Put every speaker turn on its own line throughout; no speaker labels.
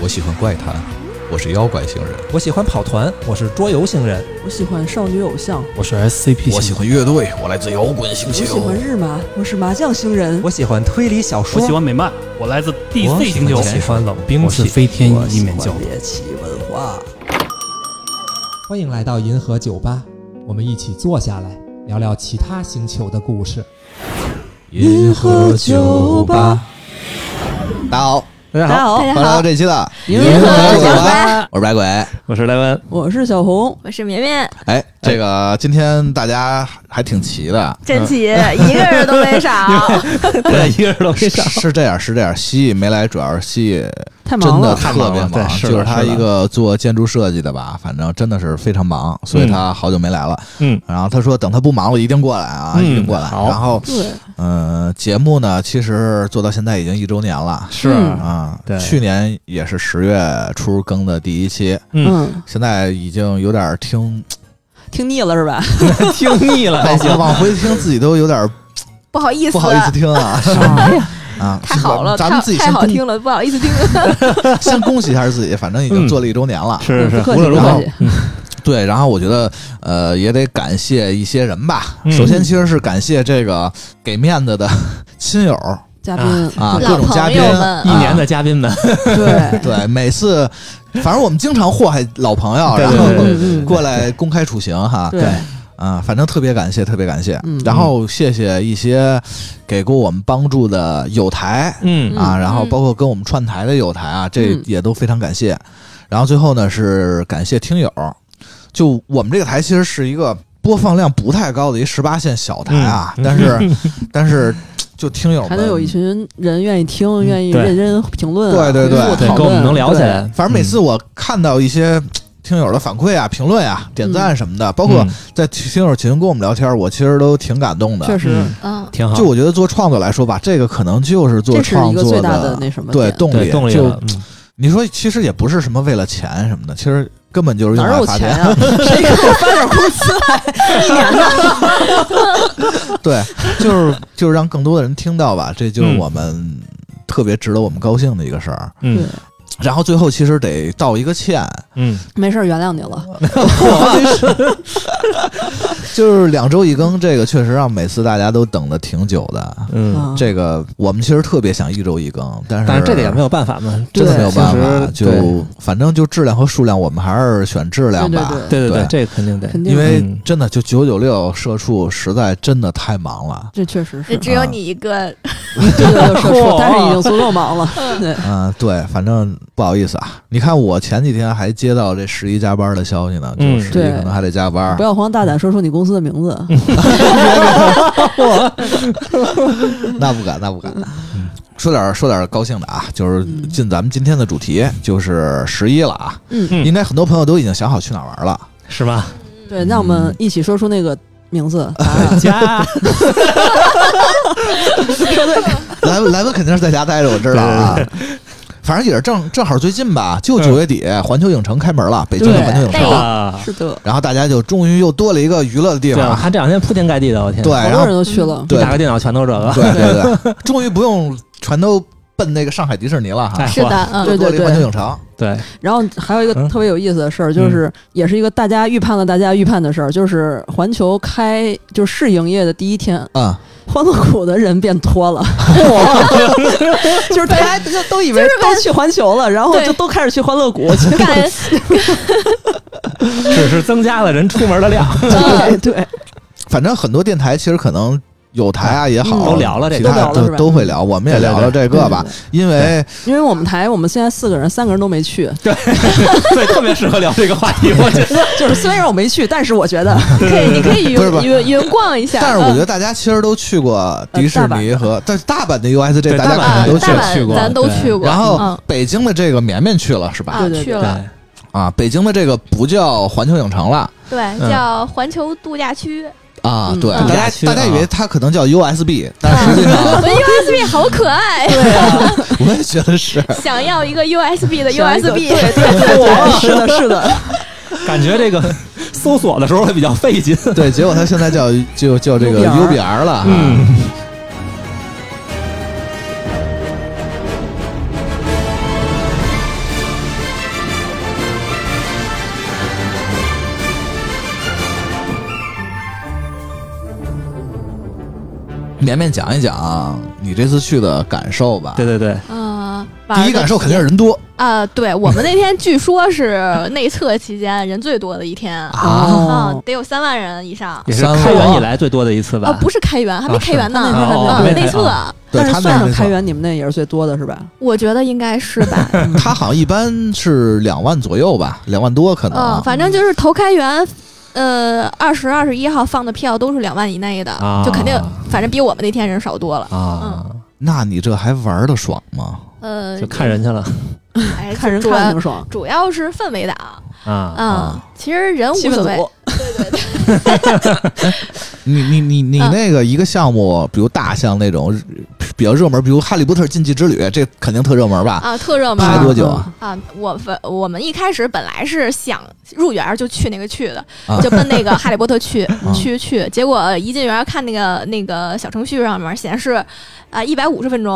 我喜欢怪谈，我是妖怪星人，
我喜欢跑团，我是桌游星人，
我喜欢少女偶像，
我是 SCP，
我喜欢乐队，我来自摇滚星
我
哎
球
喜，欢日麻，我是麻将星人，
我喜欢推理小说，
我喜欢美漫，我来自 DC 星球
我。喜欢冷兵
我是
器。
飞天
我
一
喜
面教
欢。猎奇文化。
欢迎来到银河酒吧，我们一起坐下来聊聊其他星球的故事。
银
河酒吧。
大家好，
大家好，
欢迎来到这期的
银
河
酒
酒
吧， 我是白鬼。
我是莱文，
我是小红，
我是绵绵，
哎，这个今天大家还挺齐的，
真奇，一个人都 没少。
对，一个人都没
是
上。
是这样，是这样。蜥蜴没来，主要是蜥蜴
太
真
忙
的
了，
特别
太忙了对是的
就是他
是的
一个做建筑设计的吧，反正真的是非常忙，所以他好久没来了。
嗯，
然后他说等他不忙，我一定过来啊，
嗯
一定过来。
好
然后，
对，
嗯，节目呢，其实做到现在已经一周年了。
是
嗯
啊，
对
去年也是十月初更的第一期，
嗯，
现在已经有点听
听腻了是吧？
听腻了还行。
往往回听自己都有点
不好意思，哎
不好意思听 啊啊！
太好了，
咱们自己
太
先
太好
恭
听了，不好意思听。
先恭喜一下自己，反正已
嗯
经做了一周年了。
是是
不
是，
客
无
气
论
不
如
客
何啊
气，
对，然后我觉得呃也得感谢一些人吧。
嗯
首先其实是感谢这个给面子的亲友
嘉宾
啊，
老
各种嘉宾
朋友们
啊
一年的嘉宾们，
对，
对，每次反正我们经常祸害老朋友，
对
然
对
后
对对
嗯嗯
过来公开处刑哈。
对，
啊，反正特别感谢，特别感谢
嗯。
然后谢谢一些给过我们帮助的友台，
嗯
啊，
嗯
然后
嗯
包括跟我们串台的友台啊，这
嗯
也都非常感谢。然后最后呢是感谢听友，就我们这个台其实是一个播放量不太高的一十八线小台啊，
嗯
但 是但是就听友们
还能有一群人愿意听，愿意
对
认真评论啊，
嗯对对对
回复
对，
讨
跟我们
论
能聊起来，
呃反正每次我看到一些。听友的反馈啊、评论啊、点赞
嗯
什么的，包
包
括在听友群跟我们聊天，我其实都挺感动的
确。实，
嗯，
挺好。
就我觉得做创作来说吧，这个可能就是做
这是
创
一个
作
最大的那什么
对
点
动
对动力
就
了，嗯
你说，其实也不是什么为了钱什么的，其实根本就是用
哪
来
有
发
钱
电。
啊？ 谁给我发点工 资来？一年的，
啊
对， 就是就是让更多的人听到吧，这就是
嗯
我们特别值得我们高兴的一个事儿。
嗯
然后最后其实得道一个 歉，
嗯，
没事儿，原谅你了。
就是两周一更，这个确实让每次大家都等的挺久的。
嗯，
啊
这个我们其实特别想一周一更，但是
但是这个也没有办法嘛，
真的没有办法，
其实
就反正就质量和数量，我们还是选质量吧。
对
对对
对对
对，
这个肯定得。
肯定
因为
嗯
真的就九九六社畜实在真的太忙了。
这确实
这
是，
只
啊
有你 一个，
对对 对，是是
嚯
但是已经足够忙了。对，
嗯，对，反正不好意思啊。你看，我前几天还接到这十一加班的消息呢，就
嗯
十
对
一可能还得加班儿
不。要慌，大胆说出你公司的名字。
那不敢，那 不敢。
嗯
说点儿说点儿高兴的啊，就是
嗯
进咱们今天的主题，就是十一了啊。
嗯
嗯
应该很多朋友都已经想好去哪儿玩了。
是吧？
对，让我们一起说出那个名字。哎
家，
莱文莱文肯定是在家待着，我知道啊。 反正也是正正好最近吧，
嗯
就九月底，环球影城开门了，北京的
对
环球影
哎
城。
啊，
是的，
然后大家就终于又多了一个娱乐的地
对，我
方，啊
看这两天铺天盖地的，我天，
对，，
好
然
多
后
人都去了。
对
打开电脑全都是 这个。
对对对，终于不用全都奔那个上海迪士尼了哈
哎，
是的， 嗯，
对
啊多了一个环球影城。
对，
然后还有一个
嗯
特别有意思的事儿，
嗯
就是也是一个大家预判了大家预判的事儿，就是环球开就试营业的第一天，
嗯，
欢乐谷的人变多了，就是大家就都以为都去环球了，然后
对
就都开始去欢乐谷去。
感觉
只是增加了人出门的量。
对嗯对，
反正很多电台其实可能有台啊也好，
嗯
都聊了这
其
个
他
都聊了
都
是吧
都会聊，我们也聊聊这个吧
对，
因为
因为我们台我们现在四个人，三个人都没去，
对，特别适合聊这个话题，我觉得。
就是虽然我没去，但是我觉得
可以，你可以
不是不
云
是
云云逛一下。嗯
但是我觉得大家其实都去过迪士尼
呃
和但是大阪的 USJ，
对
大家
大
可
阪
能
嗯
都
嗯
去过。
大
去
阪
过
咱都
对
去过，
然后
嗯
北京的这个绵绵去了是吧？
啊
对对
去
对
了，
啊，北京的这个不叫环球影城了
对，
嗯
叫环球度 假区。
啊，
嗯
对，
嗯
大家
大区
大家以为
啊
它可能叫 USB，但 实际上
嗯 USB 好 可爱，
我也觉得是。
想要一个 USB 的
想一个
USB。
对对对对， 是的，是的，
感觉这个搜索的时候会比较费劲。
对，结果他现在叫就叫这个
UBR
UBR 了。
嗯，
啊，绵绵讲一讲你这次去的感受吧。
对对对，
嗯，晚上
第一
就
感受
体
肯定是人多
啊、对我们那天据说是内测期间人最多的一天啊、
哦，
得有三万人以上。
也是
三万
开元以来最多的一次
啊，
吧。
不是开源，还没
啊
开源呢。
是啊
嗯
还没开源
内测，
对
但
他
是
那是
算上
那
开
种
源，你们那也是最多的是吧？
我觉得应该是 吧。
他好像一般是两万左右吧，两万多可能。
哦
嗯，反正就是投开源，呃，二十二十一号放的票都是两万以内的，
啊
就肯定，反正比我们那天人少多了。
啊，
那你这还玩的爽吗？
呃，
就看人去了
哎，
看人
主
看
要
挺爽，
主要是氛围党，
啊。
嗯，其实人无
气氛
所谓，
组
你你你你
嗯
那个一个项目，比如大项那种比较热门，比如《哈利波特：禁忌之旅》，这肯定特热门吧？
啊，特热门
排
儿
多久啊？
啊！我们我们一开始本来是想入园儿就去那个去的，
啊
就奔那个哈利波特去去去，结果一进园儿看那个那个小程序上面显示啊一百五十分钟，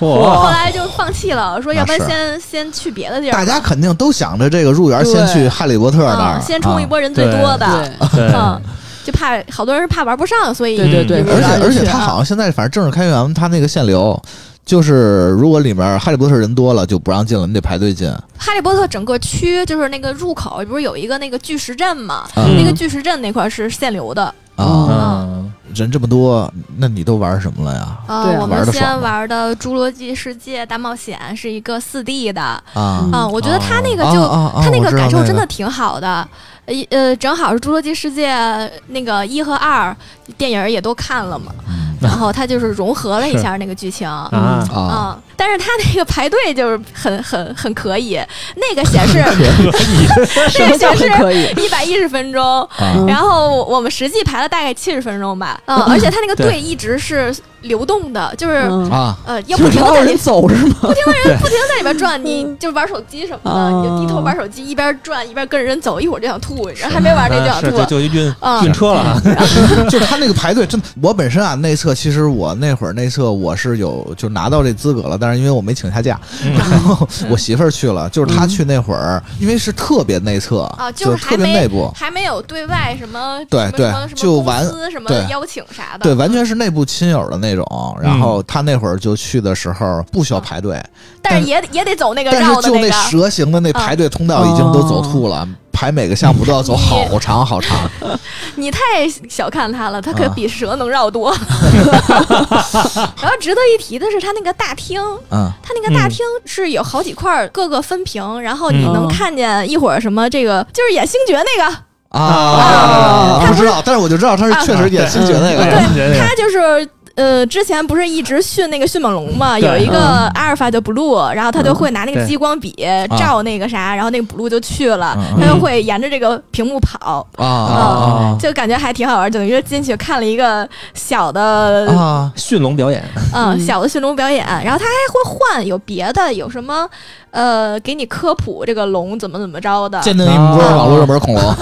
后
嚯，
来就放弃了，说要不然
那是
先先去别的地儿吧，
大家肯定都想着这个入园先去
对
哈利波特那儿，啊
嗯，先冲一波人最
对
多的，
对
对，
嗯，就怕好多人是怕玩不上，所以
对对对，
嗯
啊。而
大家
且
就
而且
去
他
啊
好像现在反正正式开源，他那个限流就是，如果里面哈利波特人多了就不让进了，你得排队进。
哈利波特整个区就是那个入口，不是有一个那个巨石阵嘛？
嗯
那个巨石阵那块儿是限流的
啊，
嗯，
人这么多，那你都玩什么了呀？
啊、
对啊
我
玩
们
得爽
先
吗
玩的《侏罗纪世界大冒险》是一个四 D 的啊、
啊
嗯，
我觉得他那个就、
啊啊啊
他那
我
个
知道那
感受
个
真的挺好的。呃呃，正好是《侏罗纪世界》那个一和二电影儿也都看了嘛，
嗯
然后他就是融合了一下那个剧情。
啊，
啊，
嗯，但是他那个排队就是很很很可以，那个显示
什么叫很可以？
一百一十分钟，
啊
然后我我们实际排了大概七十分钟吧，嗯，而且他那个
对
队一直是流动的，就是
嗯，
啊！
呃，要
就
不
是
停
还
的
有
在
人
里
走是吗？
不停地在里边转，
嗯
你就玩手机什么的，
哦
你就低头玩手机，一边转一边跟着人走，一会儿就想吐，然后还没玩那就
啊
想
是就
吐，
就晕
嗯
晕车了啊，
就是他那个排队真的，我本身啊内测，其实我那会儿内测我是有就拿到这资格了，但是因为我没请下假，
嗯
然后我媳妇儿去了，就是她去那会儿，因为是特别内测
啊嗯就
就是特别
还没
内部，
还没有对外什么
对
什么
对
什么什么
就完
公司什么
对
邀请啥的，
对，完全是内部亲友的那种。然
嗯
后她那会儿就去的时候不需要排队，
但是也得也得走那个
但
嗯绕
是
的
就
个。
蛇形的那
啊
排队通道已经都走吐
哦
了，排每个项目都要走
嗯
好长好 长。
你太小看它了，它可
啊
比蛇能绕 多。然后值得一提的是，它那个大厅，
嗯，
它那个大厅是有好几块儿各个分屏，然后你
嗯
哦
能看见一会儿什么这个就是演星爵那个，哦
啊， 不知道，但是我就知道他
啊
是确实演星爵那
嗯
对
个。
对
他就是。呃，之前不是一直训那个迅猛龙嘛，
对
有一个
嗯
阿尔法的 blue，然后他就会拿那个
对
激光笔照那个啥，然后那个 blue 就去了
啊嗯，
他就会沿着这个屏幕跑，
啊
啊
嗯，就感觉还挺好玩，等于是进去看了一个小的
啊！
驯龙表演，
嗯，
嗯
小的驯龙表演，然后他还会换有别的，有什么呃，给你科普这个龙怎么怎么着的。
鉴定一波
嗯
网络热门恐
嗯
龙，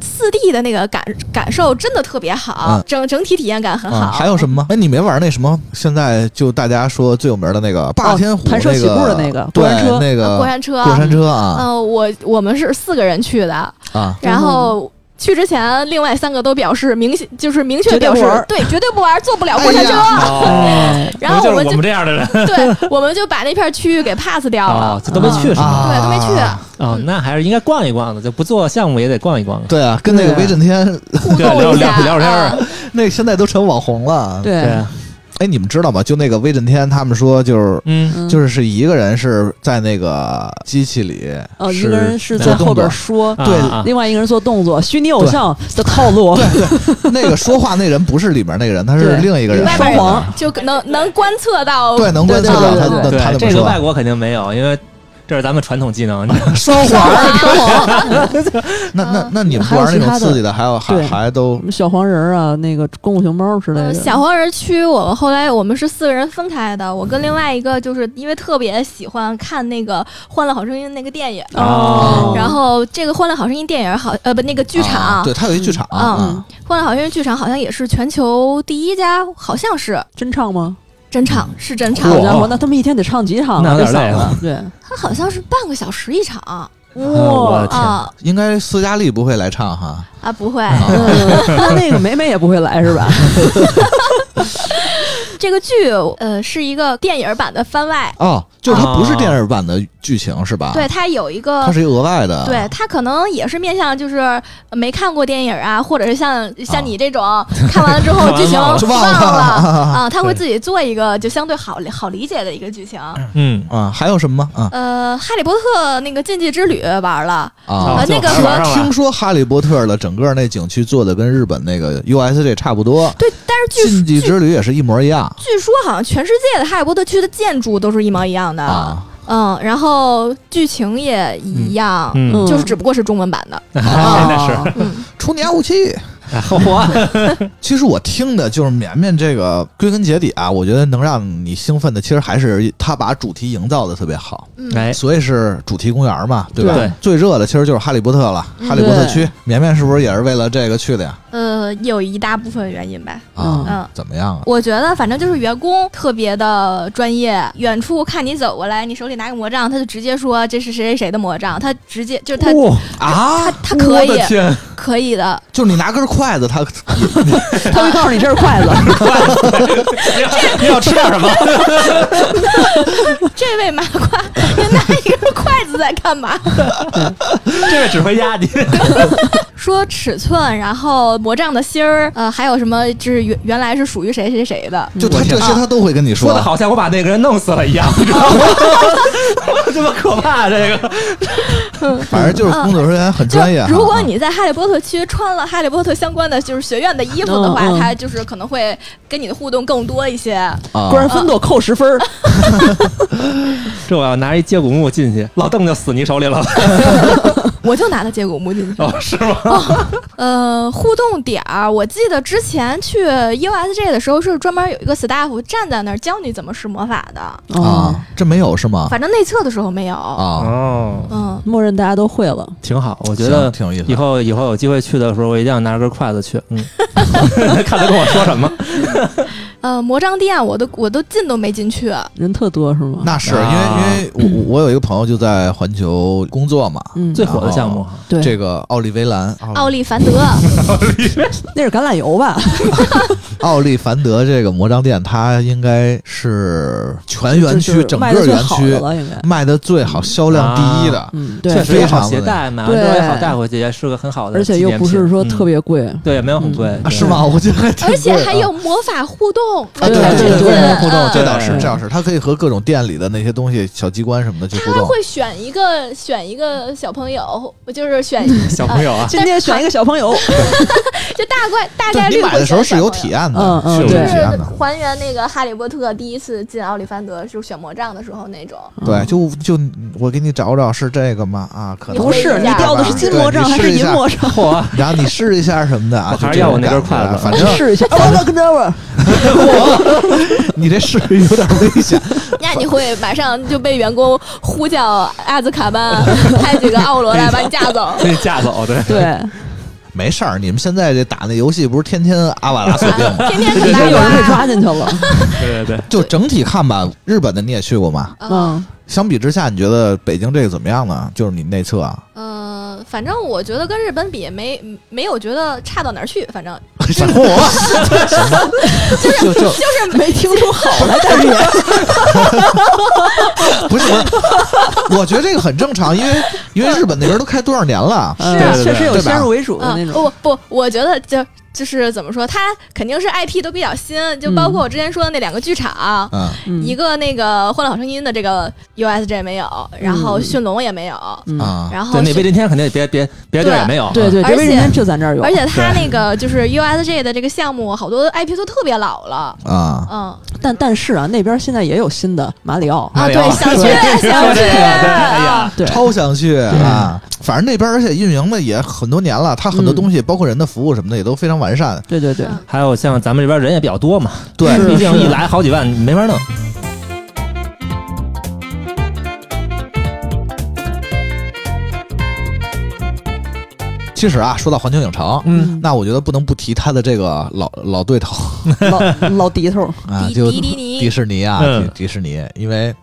四 D 的那个感感受真的特别好，
嗯
整整体体验感很好。
啊，还有什么吗？哎，你没玩那什么？现在就大家说最有名的那个霸天虎，
哦弹射起步的那个
对
过山车
那
呃
个
过山车，
过山车啊
嗯、我我们是四个人去的，
啊！
然后。去之前，另外三个都表示明显就是明确
绝对
表
不
示
玩儿
对绝对不玩儿，坐不了过山
哎
车。
呀
哦，
然后
就
我
是
们
我
就
们这样的人
对，我们就把那片区域给 pass 掉
啊
了，，
这都没去是吗？
对，都没去。
啊
哦，那还是应该逛一逛的，就不做项目也得逛一逛。
对啊，跟那个威震天，
互
对
动
聊
一下，
聊聊天儿
嗯
那现在都成网红了。，
对，
啊
哎，你们知道吗？就那个威震天，他们说就是
嗯，
嗯
就是是一个人是在那个机器里，
哦，一个人
是
是在
做动
后 边
作
说，
啊
对
啊
另外一个人做动作，虚拟偶像的套路，
那个说话那人不是里面那个人，他是
对
另一个人
外
双
边
说
簧
的，
就能能观测到
对，能观测到他
对
的
对
他
对，
的
这个
说话
外国肯定没有，因为这是咱们传统技 能。
双
啊
簧，双簧。 那那那你们不玩那种刺激的，还有还
对
还都
什么小黄人儿啊，那个功夫熊猫之类
呃，
的。
小黄人区，我们后来我们是四个人分开的。我跟另外一个，就是因为特别喜欢看那个《欢乐好声音》那个电影，
哦，
然后这个《欢乐好声音》电影好，呃，不，那个剧场，
啊对，他有一剧场
嗯
啊
欢乐好声音》剧场好像也是全球第一家，好像是
真唱吗？
真唱，是真
好
唱
嚯。
家伙，那他们一天得唱几场
那
啊？
有
这
点累
嗓
啊
子，对，
它好像是半个小时一场，
我的
哇
天
啊
应该斯嘉丽不会来唱哈，
啊，不会，
嗯，那那个梅梅也不会来是吧？
这个剧呃是一个电影版的番外，
哦，就是它不是
啊
电影版的剧情是吧？
对，，它有一个
啊它是一个额外
啊
的。
对他可能也是面向就是没看过电影啊，或者是像像你这种、看完了之
看
后
完
剧情
忘了
忘
忘了
啊，他会
对
自己做一个就相对好好理解的一个剧情。
嗯
啊，还有什么吗啊
呃，《哈利波特》那个禁忌之旅玩了，呃
啊
啊？
那个
就玩上了
听说哈利波特的整个那景区做的跟日本那个 USJ 差不多，
对，但是据
禁忌之旅也是一模一样
据说好像全世界的哈利波特区的建筑都是一模一样的，
啊。
嗯，然后剧情也一样，
嗯，
嗯
就是只不过是中文版的，
那
哦
是
嗯，
啊出你武器。
嗯 我
其实我听的就是绵绵这个，归根结底啊，我觉得能让你兴奋的，其实还是他把主题营造的特别好，
嗯
哎，
所以是主题公园嘛，对吧？
对
最热的其实就是哈利波特了，
嗯
哈利波特区。绵绵是不是也是为了这个去的呀？
呃，有一大部分原因吧，
啊，
嗯
怎么样啊？
我觉得反正就是员工特别的专业，远处看你走过来，你手里拿个魔杖，他就直接说这是谁谁谁的魔杖，他直接就是他、
哇
啊，
他可以
我的天，
可以的，
就是你拿根筷子，他
嗯
他会告诉你这是筷子，
你要吃点什么？
这位麻瓜，您拿一根筷子在干嘛？
这位指挥家，你
说尺寸，然后魔杖的芯儿，呃，还有什么就是原原来是属于谁谁谁的，
就他这些他都会跟你
说
说
的。好像我把那个人弄死了一样，你知道吗？ 这么可怕，啊这个
反正就是工作人员很
就
专业啊。
如果你在哈利波特区穿了哈利波特相关的就是学院的衣服的话，
嗯嗯
他就是可能会跟你的互动更多一些。
啊
官分舵扣十分儿。
这我要拿一接骨木进去，老邓就死你手里了。
我就拿了接骨木进去。
哦，是 吗？
呃，互动点儿，我记得之前去 USJ 的时候是专门有一个 staff 站在那儿教你怎么施魔法的，
哦，
啊，这没有是吗？
反正内测的时候没有。
啊，
哦，
嗯，
默认大家都会了。
挺好，我觉得
行挺有意思
以
的。
后以后有机会去的时候，我一定要拿根筷子去。嗯，看他跟我说什么。
呃，魔杖店我都我都进都没进去。
哦
人特多是吗？
那是因
啊
为因为我我有一个朋友就在环球工作嘛，
嗯，
最火的项目，
对，
这个奥利维兰、
啊
奥利 凡德，
那是橄榄油吧？
奥利凡德这个魔杖店，它应该是全园
就
区
是
整
卖得
个
最
园
好
区啊
的了，应该。
卖的最好、销量第一的。
嗯，对
确，实也好
非常的
携带，买完之后也好带回去，也是个很好的
而且
纪
又
念品。
不是说特
嗯
别嗯贵。
对，没有很贵，
啊
对
是？吗？我觉得还挺
而且
贵的
还有魔法互动，
啊，对
对
对
对
对，
对
互动，
嗯
这倒是，
嗯
这倒是，它可以和各种店里的那些东西、小机关什么的去互
他
动。
会选一个选一个小朋友，就是选
小朋友啊，
今天选一个小朋友，
就大概大
对
概率
你
会
买的时候
选小
是有
朋友
体验
嗯
的，
嗯，
是
就
有
对
体，验
是
的。
还原那个哈利波特第一次进奥利凡德就是选魔杖的时候那种。
对，就就我给你找找是这个吗？啊，可能
不是你
你
掉的是金魔杖还是银魔杖？
嚯，
然后你试一下什么的啊，
我还是
就这种
要我那根
感觉
筷子
反正
试一下，我的个 never，
你这试有点危险。
那你会马上就被员工呼叫阿兹卡班，啊派几个奥罗来把你架走。
给你架走，对，
对，
没事儿，你们现在这打那游戏不是天天阿瓦拉索病吗？
天天可
应该
大
有人被
瓜。
抓进去了。
对对对，
就整体看吧，日本的你也去过吗？
嗯
嗯，
相比之下，你觉得北京这个怎么样呢？就是你内测啊，
呃，反正我觉得跟日本比没没有觉得差到哪儿去，反正
闪过我，就就
就是
没听出好来，但是也
不是不是，我觉得这个很正常，因为因为日本那边都开多少年了，
嗯
对对
确实有
对吧
先入为主的那
嗯，
种。
不不，我觉得就就是怎么说，它肯定是 IP 都比较新，就包括我之前说的那两个剧场，
嗯，
嗯
一个那个《欢乐好声音》的这个 USJ 没有，然后
嗯
驯龙也没有，
嗯
啊，
然后
对，那
驯
边今天肯定也别别别的地儿也没有，啊
对对，
而且
这边人就咱这儿有，
而
啊
且它
对
那个就是 USJ 的这个项目，好多 IP 都特别老了，
啊，
嗯
但但是啊，那边现在也有新的马里 奥，
啊，
哎
对
呀，
想去
对
想
说
去，
这个对
啊
哎呀
对，
超想去啊！反正那边而且运营的也很多年了，它很多
嗯
东西，包括人的服务什么的也都非常完善。
对对对，
嗯还有像咱们这边人也比较多嘛，
对
毕竟一来好几万，没法弄。
其实啊，说到环球影城，
嗯，
那我觉得不能不提他的这个老老对头
老老迪头，
啊，
迪
就
迪迪尼
迪士尼啊，
嗯
迪迪士尼，因为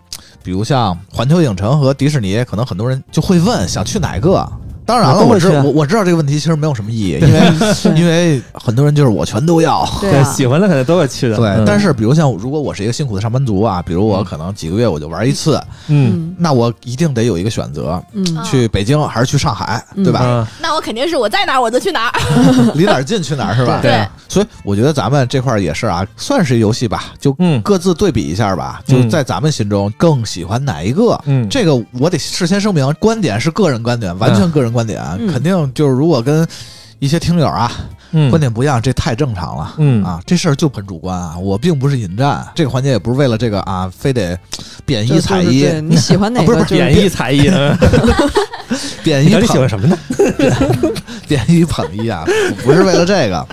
比如像环球影城和迪士尼，可能很多人就会问想去哪个。啊当然了，
我都
我
会
知
去啊
我我知道这个问题其实没有什么意义，因为因为很多人就是我全都 要。
对啊，
喜欢的肯定都会去的。
对，
嗯
但是比如像如果我是一个辛苦的上班族啊，比如我可能几个月我就玩一次，
嗯
嗯
那我一定得有一个选择，
嗯
去北京还是去上海，
嗯
对吧？
嗯，
那我肯定是我在哪儿我就去哪儿。
离哪儿近去哪儿是吧？
对，
所以我觉得咱们这块儿也是啊，算是游戏吧，就
嗯
各自对比一下吧，
嗯
就在咱们心中更喜欢哪一个。
嗯，
这个我得事先声明，观点是个人观点，完全个人观点，
嗯
肯定就是如果跟一些听友啊、
嗯
观点不一样，这太正常了。
嗯
啊，这事儿就很主观啊，我并不是引战，这个环节也不是为了这个啊，非得贬
就
义踩
就是
一、
对你喜欢哪
啊 不是
个
不是
就是
演绎才艺，嗯
贬
你
义
到底喜
捧
欢什么呢？
贬义捧一啊，不是为了这个，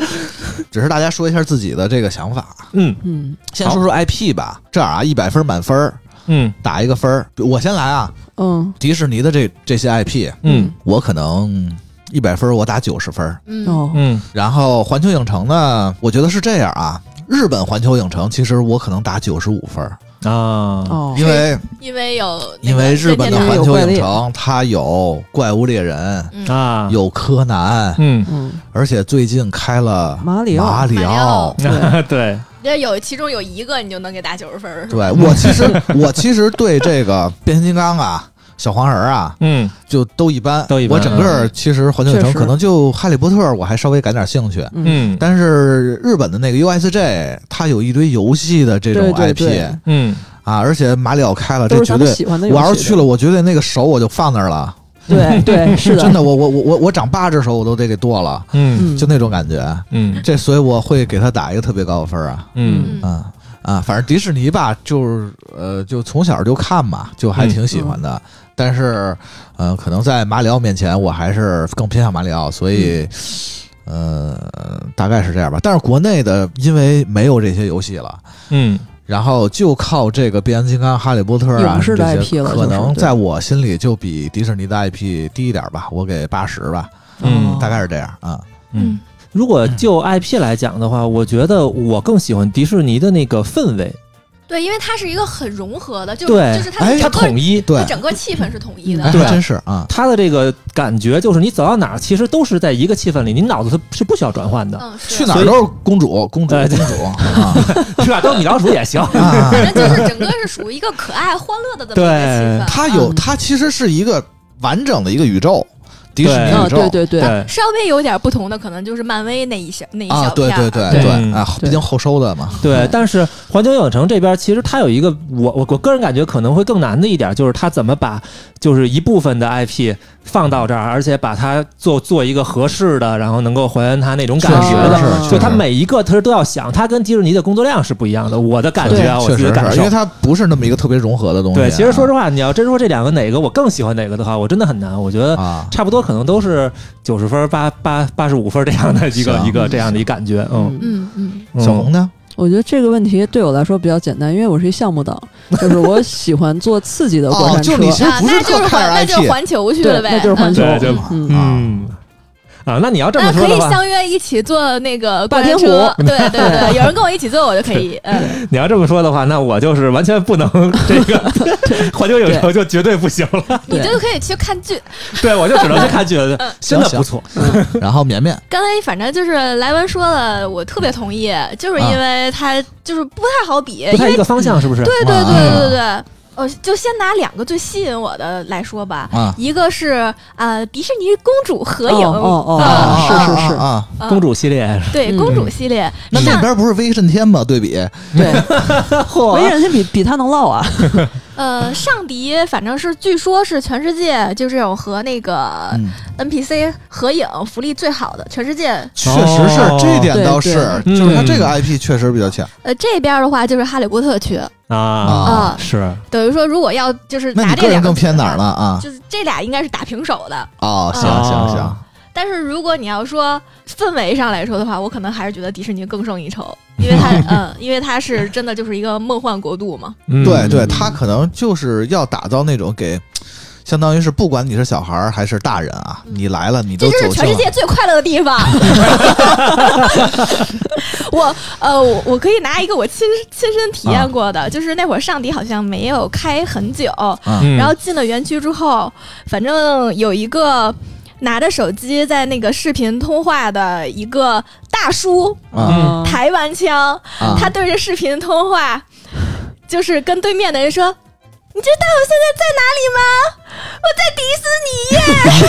只是大家说一下自己的这个想法。
嗯
嗯
先说说 IP 吧，这样啊，一百分满分儿
嗯
打一个分儿，我先来啊。
嗯
迪士尼的这这些 IP，
嗯
我可能一百分儿我打九十分儿，
嗯，
哦
嗯
然后环球影城呢，我觉得是这样啊，日本环球影城其实我可能打九十五分儿，
啊，
哦
嗯因为
因为有那
因
个
为日本的
任天
环
堂
球影城它有怪物猎人，
嗯
啊，
有柯南，
嗯，
嗯
而且最近开了
马里奥
马里
马里
奥
奥。
对
对，
这有其中有一个你就能给打九十分儿，是吧？
对我其实我其实对这个变形金刚啊、小黄人儿啊，
嗯
就都一般。
都一般嗯
我整个儿其实环球影城
确实
可能就哈利波特我还稍微感点兴趣，
嗯
嗯
但是日本的那个 USJ 它有一堆游戏的这种
对对
IP
对
嗯
啊，而且马里奥开了，
都
这
是
绝
咱们
对
喜欢的游
我
戏
要是去了，我绝对那个手我就放那儿了。
对对是的
真的，我我我我我长八只手我都得给剁了，
嗯
嗯
就那种感觉。
嗯
这所以我会给他打一个特别高的分儿啊。
嗯
嗯
啊啊，反正迪士尼吧，就是呃，就从小就看嘛，就
嗯
还挺喜欢的。但是，呃，可能在马里奥面前，我还是更偏向马里奥，所以，
嗯
呃，大概是这样吧。但是国内的，因为没有这些游戏了，
嗯
然后就靠这个变形金刚、哈利波特啊
影视的
这
IP
些，
了
可
就是
能
对
在我心里就比迪士尼的 IP 低一点吧，我给八十吧，
嗯
哦
大概是这样啊。
嗯。如果就 IP 来讲的话，我觉得我更喜欢迪士尼的那个氛围，
对，因为它是一个很融合的，就
对
就是它
哎
整
它
个
统一，
对
它，整个气氛是统一
哎，还
的。
对
真是啊，
它的这个感觉就是你走到哪儿，其实都是在一个气氛里，你脑子是不需要转换的，
嗯，是
去哪儿
所以
都是公主，公主，
哎
公
对
主啊。
是吧？都米老鼠也行，
啊
反正 就是整个是属于一个可爱欢乐的这么一个气氛。
它有
嗯
它其实是一个完整的一个宇宙，迪士尼
对
嗯
宇
对
宙。
对对
对，
稍微有点不同的，可能就是漫威那一小那一
啊，
哦小
对
片儿
对
了。
对
对
啊，
对
毕竟后收的嘛。
对，但是环球影城这边其实它有一个我我我个人感觉可能会更难的一点，就是它怎么把就是一部分的 IP 放到这儿，而且把它做做一个合适的，然后能够还原它那种感觉
确
的
实。是
就它每一个其实都要想，它跟迪士尼的工作量是不一样的。我的感觉啊，我
确
自己
实
的感
是，因
受
为。它不是那么一个特别融合的东西啊。
对，其实说实话，你要真说这两个哪个我更喜欢哪个的话，我真的很难。我觉得
啊，
差不多可能都是九十分、八八八十五分这样的一个
行
一个这样的一感觉。嗯，
嗯
嗯嗯，
嗯
小红呢？
我觉得这个问题对我来说比较简单，因为我是一项目党，就是我喜欢做刺激的过
哦，
山
就
车。
是你其实
啊，
不
那
是
就
特
是环
看
那就是
IP
环球去了
对，
呗，
那就是环球。
对就
嗯，
嗯啊，那你要这么
那
说
可
的
以
话，
相约一起坐那个过
霸天
山车
虎
对对对，有人跟我一起坐，我就可以。嗯，
你要这么说的话，那我就是完全不能这个 环球影城就绝对不行了。
你
对
就可以去看剧。
对，我就只能去看剧 了，真的
行
不错。
嗯然后绵绵
刚才反正就是莱文说了，我特别同意，就是因为它就是不太好比，
不
因
太
为
一个方向，是不是？
对
哇
对对对对。呃，就先拿两个最吸引我的来说吧，
啊，
一个是呃迪士尼公主合影，
哦哦哦
啊
啊
啊
是是是
啊啊，
啊
公主系列，
对
嗯
公主系列，
那那边不是威震天吗？对比
对， 没人家比比他能唠啊。
呃上迪反正是据说是全世界就这种和那个
嗯
NPC 合影福利最好的，全世界。
确实是
哦
这点倒
对
是，
对
就是它
嗯
这个 IP 确实比较强。
呃，这边的话就是哈利波特区，
啊，
啊
啊
是
等于说如果要就是
那
拿
你
这
个
两
人
个
更偏哪儿了
了？
啊？
就是这俩应该是打平手的。
哦，行
啊
行行，
但是如果你要说氛围上来说的话，我可能还是觉得迪士尼更胜一筹，因为 它嗯，因为它是真的就是一个梦幻国度嘛。
嗯
对对，他可能就是要打造那种给相当于是不管你是小孩儿还是大人啊，你来了你
嗯这
都
就
走
是
进
全世界
了。
最快乐的地方。 我呃，我我可以拿一个我亲亲身体
啊
验过的，就是那会儿上迪好像没有开很久，
啊
嗯
然后进了园区之后，反正有一个拿着手机在那个视频通话的一个大叔，
啊
嗯
台湾腔，
啊
他对着视频通话，就是跟对面的人说：“你知道我现在在哪里吗？我在迪士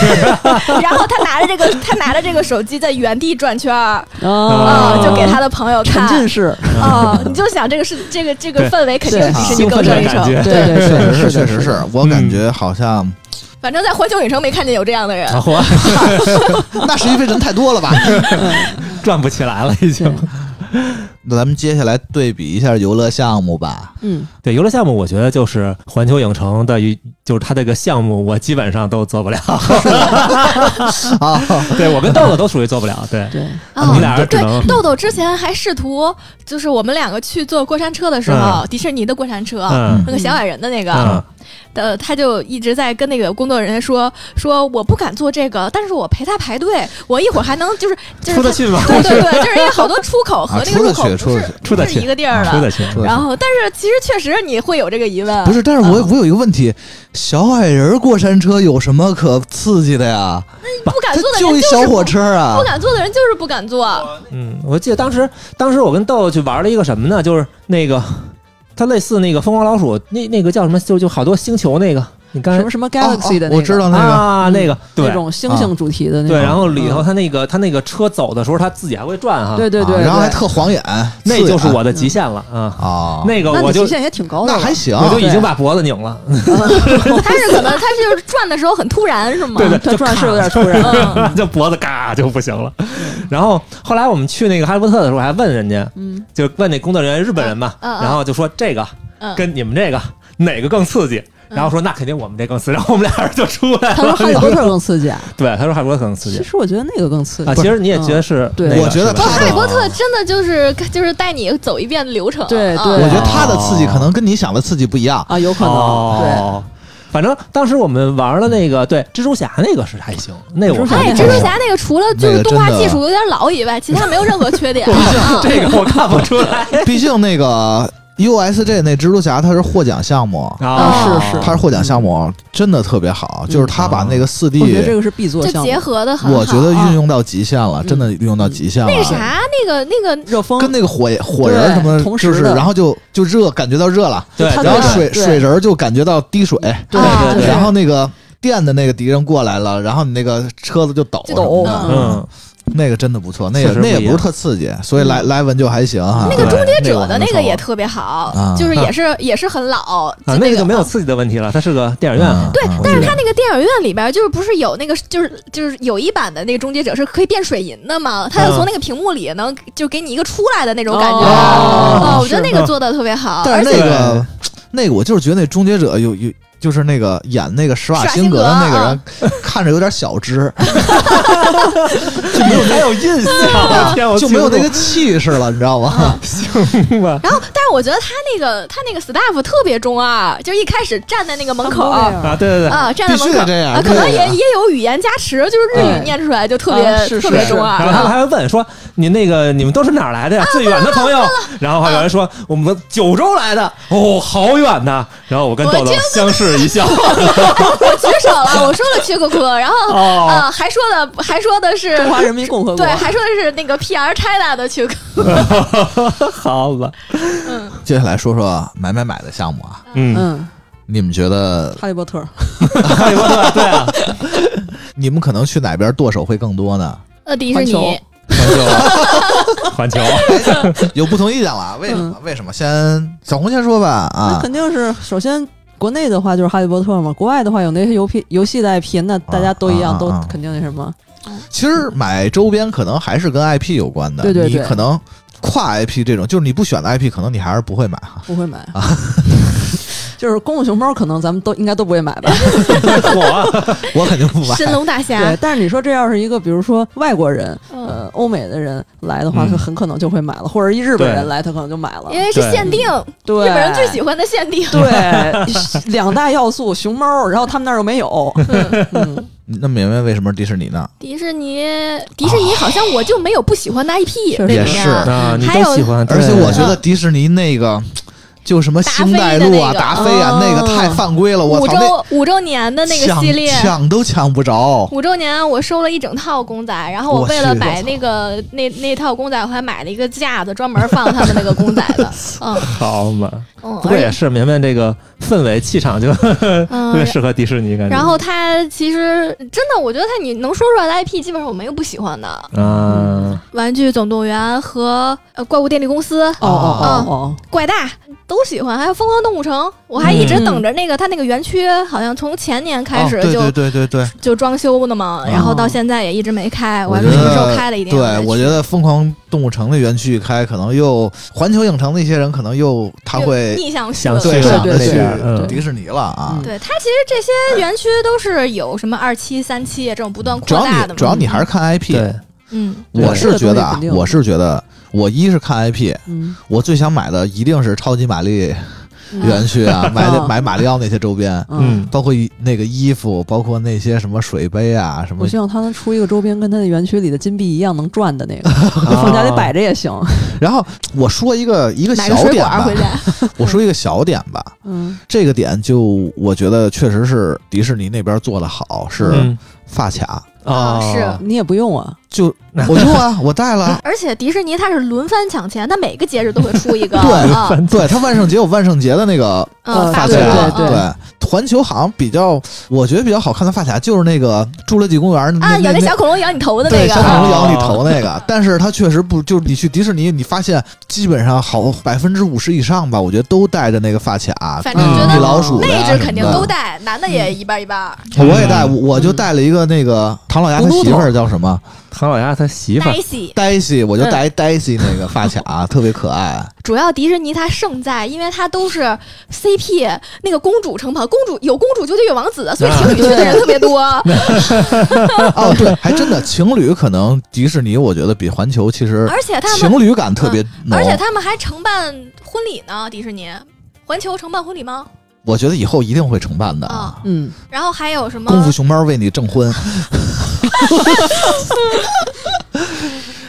尼耶！” 然后他拿着这个，他拿着这个手机在原地转圈儿，
啊
啊、就给他的朋友
沉
看。
浸式，
啊、你就想这个是这个这个
对
氛围肯定是
啊
啊
迪士尼
兴
更
奋的
胜一
感觉
筹。
对
确
对对，
实 是，确
的
实
的
是我感觉好像
反正在环球影城没看见有这样的人。
啊，嚯，嗯
那是因为人太多 了吧？
转不起来了已经。
那咱们接下来对比一下游乐项目吧。
嗯，
对游乐项目，我觉得就是环球影城的一，就是它这个项目，我基本上都做 不了。
哦
啊，
对我跟豆豆都属于做不了。对，
对，
啊
我们俩人只
对
能，
豆豆之前还试图，就是我们两个去坐过山车的时候，迪士尼的过山车，
嗯
那个小矮人的那个，
嗯，
呃，他就一直在跟那个工作人员说，说我不敢做这个，但是我陪他排队，我一会儿还能就是就是
出得
他
去吗？
对对对，就是因为好多出口和
啊
那个入口
出得去
不是
出得
不
去
是一个地
嗯
儿
出
的。
得去。
出得去
然后，但是其实确实你会有这个疑问，
不是，但是我
嗯
我有一个问题，小矮人过山车有什么可刺激的呀？
不敢
它
啊坐的人
就一
是
小火
不
车啊
不！敢坐的人就是不敢坐，
嗯，我记得当时，当时我跟豆豆去玩了一个什么呢？就是那个，它类似那个疯狂老鼠，那那个叫什么？就就好多星球那个，你刚才
什么什么 Galaxy
哦
的那个，
哦我知道那啊个，
啊那个对
那种星星主题的那种，
对，然后里头
嗯
它那个它那个车走的时候，它自己还会转哈。
对嗯对对，
啊然后还
对
特晃眼，
那就是
刺眼
我的极限了
哦
啊！
啊。
那个
那
我
你
就
极限也挺高的
那
了，
还行，
我
哦
就已经把脖子拧了。
他是可能他是就是转的时候很突然，是吗？
对对
它
就
转是有点
咔
突然， 嗯
就脖子嘎就不行了。然后后来我们去那个哈利波特的时候，还问人家，
嗯，
就问那工作人员日本人嘛，
嗯嗯嗯
然后就说这个
嗯
跟你们这个哪个更刺激？然后说那肯定我们这更刺激，然后我们俩人就出来
他说
了。
哈利波特更刺激啊，
对，他说哈利波特更刺
其
激
实我觉得那个更刺激
啊。其实你也觉得
嗯
是那
对
个，
我觉得
是吧
他
哈利波
的，
特真的就是就是带你走一遍流程，
对
啊
对
我觉得他的刺激可能跟你想的刺激不一 样。
啊，有可能，
哦反正当时我们玩了那个对蜘蛛侠那个是还行，那我
蜘蛛侠
哎，
那
蜘
个
蛛侠那个除了就是动画技术有点老以外，其他没有任何 缺点。啊
这个我看不出来
毕竟那个 USJ 那蜘蛛侠他是获奖项目，
哦
啊是是嗯
他是获奖项目真的特别好，就是他把那个四
对，我觉得这
D，
个是必做
就
项目
结，合的很好。
我觉得
啊
运用到极限了，
嗯
真的运用到极限了。
那啥，那个那个
热风
跟那个火火人儿什么
对，同时
就是
的
然后就就热，感觉到热了，
对
他
然后
对
水
对
水人儿就感觉到滴水，
对
啊
对对，
然后那个电的那个敌人过来了，然后你那个车子就抖
就
什么的
抖
嗯，
那个真的不错，那
确
个
实
那也
不一
不是
样嗯
特刺激，所以来来文就还行哈。
那个
对
终结
那个我
者的
没
那个也
瞅
特别好
啊，
就是也是也是很老，
啊
就
那
那
个就没有。刺激的问题了，它是个电影院。
嗯
对
嗯，
但是他那个电影院里边，就是不是有那个，就是就是有一版的那个终结者是可以变水银的嘛？他
啊
就从那个屏幕里能就给你一个出来的那种感觉，
哦
哦，我觉得那
啊
个做的特别好，
但
而
是
且
那个那个，我就是觉得那终结者有有。就是那个演那个施瓦辛格的那个人， 看着有点小只，
就没有还有印象，我的天，我
就没有那
记
个气势了，你知道吗？
不住了
然后，但是我觉得他那个他那个 staff 特别中二，就一开始站在那个门口
他
啊，
们
啊，对对对，
站在
必
门
须得
口
这样
啊，可能
对
也也有语言加持，就是日语
哎
念出来就特别、
啊是
特别
是
中二
然后他们
啊。
还问说：“你那个你们都是哪儿来的呀？最远的朋
啊
友。”然后还有人说：“
嗯
我们九州来的。”哦，好远呐！然后我跟豆豆相视一 笑。
我举手了，我说了屈克克，然后、
哦
啊还说了还说的是
中华人民共和国
对，还说的是那个 PR China 的屈克克，
好吧，
接下来说说买买买的项目啊，
嗯，啊
嗯，
你们觉得
哈利波特，
哈利波特对啊，
你们可能去哪边剁手会更多呢？
呃迪士
环
尼
球
环球，环 球，
有不同意见了，为什么？
嗯
为什么？先小红先说吧
那
啊
肯定是首先。国内的话就是《哈利波特》嘛，国外的话有那些游戏游戏的 IP，那大家都一样，
啊啊啊啊
都肯定那什么。
其实买周边可能还是跟 IP 有关的，
对对对
你可能
啊
跨 IP 这种，就是你不选的 IP，可能你还是不会买哈。
不会买， 就是公共熊猫，可能咱们都应该都不会买吧。
火， 啊
我肯定不买。
神龙大
对
侠，，
但是你说这要是一个，比如说外国人，
嗯，
呃，欧美的人来的话，
嗯
他很可能就会买了，或者一日本
对
人来，他可能就买了
因。为是
对
限定，日
对，
本人最喜欢的限定。
对两大要素，熊猫，然后他们那儿又没有。
嗯
嗯，
那明白为什么迪士尼呢？
迪士尼，迪士尼好像我就没有不喜欢的 IP，
确实
对
也
不对啊
是
啊，你
还有
都喜欢，
而且
对
我觉得迪士尼那个就什么星黛露啊、
达
达菲啊，
那
那
个
个太犯规了，我
五
操，那
周五周年的那个
抢
系列，
抢都抢不着。
五周年我收了一整套公仔，然后
我
我为了
去
买那个那那套公仔，我还买了一个架子，专门放他们那个公仔的。嗯
好嘛。
嗯，
不过也
而且
是，绵绵这个氛围气场就 特别
嗯。
适合迪士尼，感觉。
然后他其实真的，我觉得他你能说出来的 IP，基本上我没有不喜欢的，
啊，
《玩具总动员》和呃《怪物电力公司》
哦哦哦
怪大都喜欢，还有《疯狂动物城》，我还一直
嗯
等着那个它那个园区，好像从前年开始
哦
就、
对对对对对，
就装修的嘛，然后到现在也一直没开，我还
觉
说
得
什么时候开了一定要再
对，哦
去
我觉得疯狂动物城的园区开，可能又环球影城那些人可能又他
就
会
逆向去
想
了
去
对
了
想
对
着
对
去
嗯
迪士尼了啊
嗯。
对它其实这些园区都是有什么二期、三期这种不断
主要
扩大的
你
嘛。
主要你还是看 IP，
对，
嗯，
对
我是觉得
这个东西
啊
肯，定
我是觉得我一是看 IP，
哦，嗯，
我最想买的一定是超级玛丽
嗯
园区啊，买
啊
买马里奥那些周边，
嗯，
包括一那个衣服，包括那些什么水杯啊，什么
我希望他能出一个周边，跟他的园区里的金币一样能转的那个，就放家里摆着也行。
然后我说一个一个
买个
小
水
点
果儿
吧
回，家，
我说一个小点吧，
嗯，
这个点就我觉得确实是迪士尼那边做的好，是
嗯哦
发卡，
啊
哦
是
你也不用啊，
就我用啊， 我带了。
而且迪士尼它是轮番抢钱，它每个节日都会出一个
对
啊，
对他万圣节有万圣节的那个
嗯，
发
发
卡，
对
卡，
对
嗯
对，环球好像比较，我觉得比较好看的发卡就是那个侏罗纪公园那
啊，有
那
那小恐龙咬你头的那
对，
个
小恐
啊，
龙咬你头那个，但是它确实不，就是你去迪士尼，你发现基本上好百分之五十以上吧，我觉得都带着那个发卡，
反正
嗯
觉
米
得
哦老鼠的嗯呀
那
什
只
么
肯定
的
都带，男的也一半一半，
我也带，
嗯
我我就带了一个那个唐老鸭他
咕噜头
媳妇儿叫什 么
唐老鸭他媳妇儿
黛西。
黛西，我就
嗯
带一黛西那个发卡，啊特别可爱。
主要迪士尼它胜在，因为它都是 CP 那个公主城跑，公主有公主就得有王子，
啊
所以情侣去的人特别多。
哦，对，还真的情侣可能迪士尼，我觉得比环球其实
而且他们，
情侣感特别浓
而。且他们还承办婚礼呢，迪士尼。环球承办婚礼吗？
我觉得以后一定会承办的。
啊
嗯，
然后还有什么？
功夫熊猫为你证婚，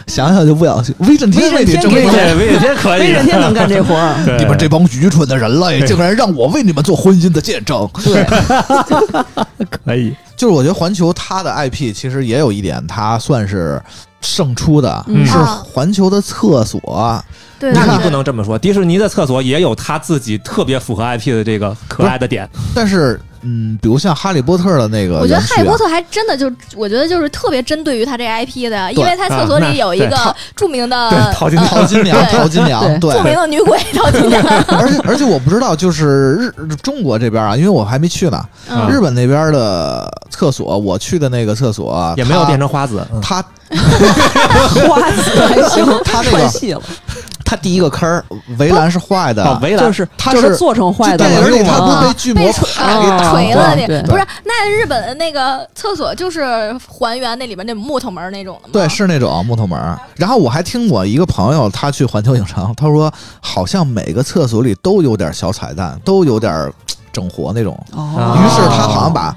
想想就不想信。威震天为你证
威震
婚
天。
对，魏天可以，
威震天能干这活儿，
对
你们这帮愚蠢的人类，竟然让我为你们做婚姻的见证。
对，
可以，
就是我觉得环球它的 IP 其实也有一点，它算是胜出的，
嗯
是
啊
环球的厕所。
对，
那
对
你不。能这么说，迪士尼的厕所也有他自己特别符合 IP 的这个可爱的点，
但是，嗯，比如像哈利波特的那个、
对我觉得《
园区啊
哈利波特》还真的就，我觉得就是特别针对于他这 IP 的，因为他厕所
啊那
里有一
对
个著名的
对淘金
呃
淘金娘，
对
淘金娘，对
著。名的女鬼淘金娘。
而且而且我不知道，就是日日中国这边啊，因为我还没去呢。
啊
嗯
日本那边的厕所，我去的那个厕所啊
也没有
它
变成花子，嗯
它
花子还行，
他那个
串戏了，
它第一个坑儿围栏是坏的，
哦，围栏
就是
它
就是是做成坏
就
的
电影里
了
它不
啊
被巨魔
被
啪
锤
给打
锤
过
了
吗
那
对
不是？那日本的那个厕所就是还原那里边那木头门那种的吗？
对，是那种木头门儿。然后我还听我一个朋友，他去环球影城，他说好像每个厕所里都有点小彩蛋，都有点儿整活那种。
哦
啊
于是他好像把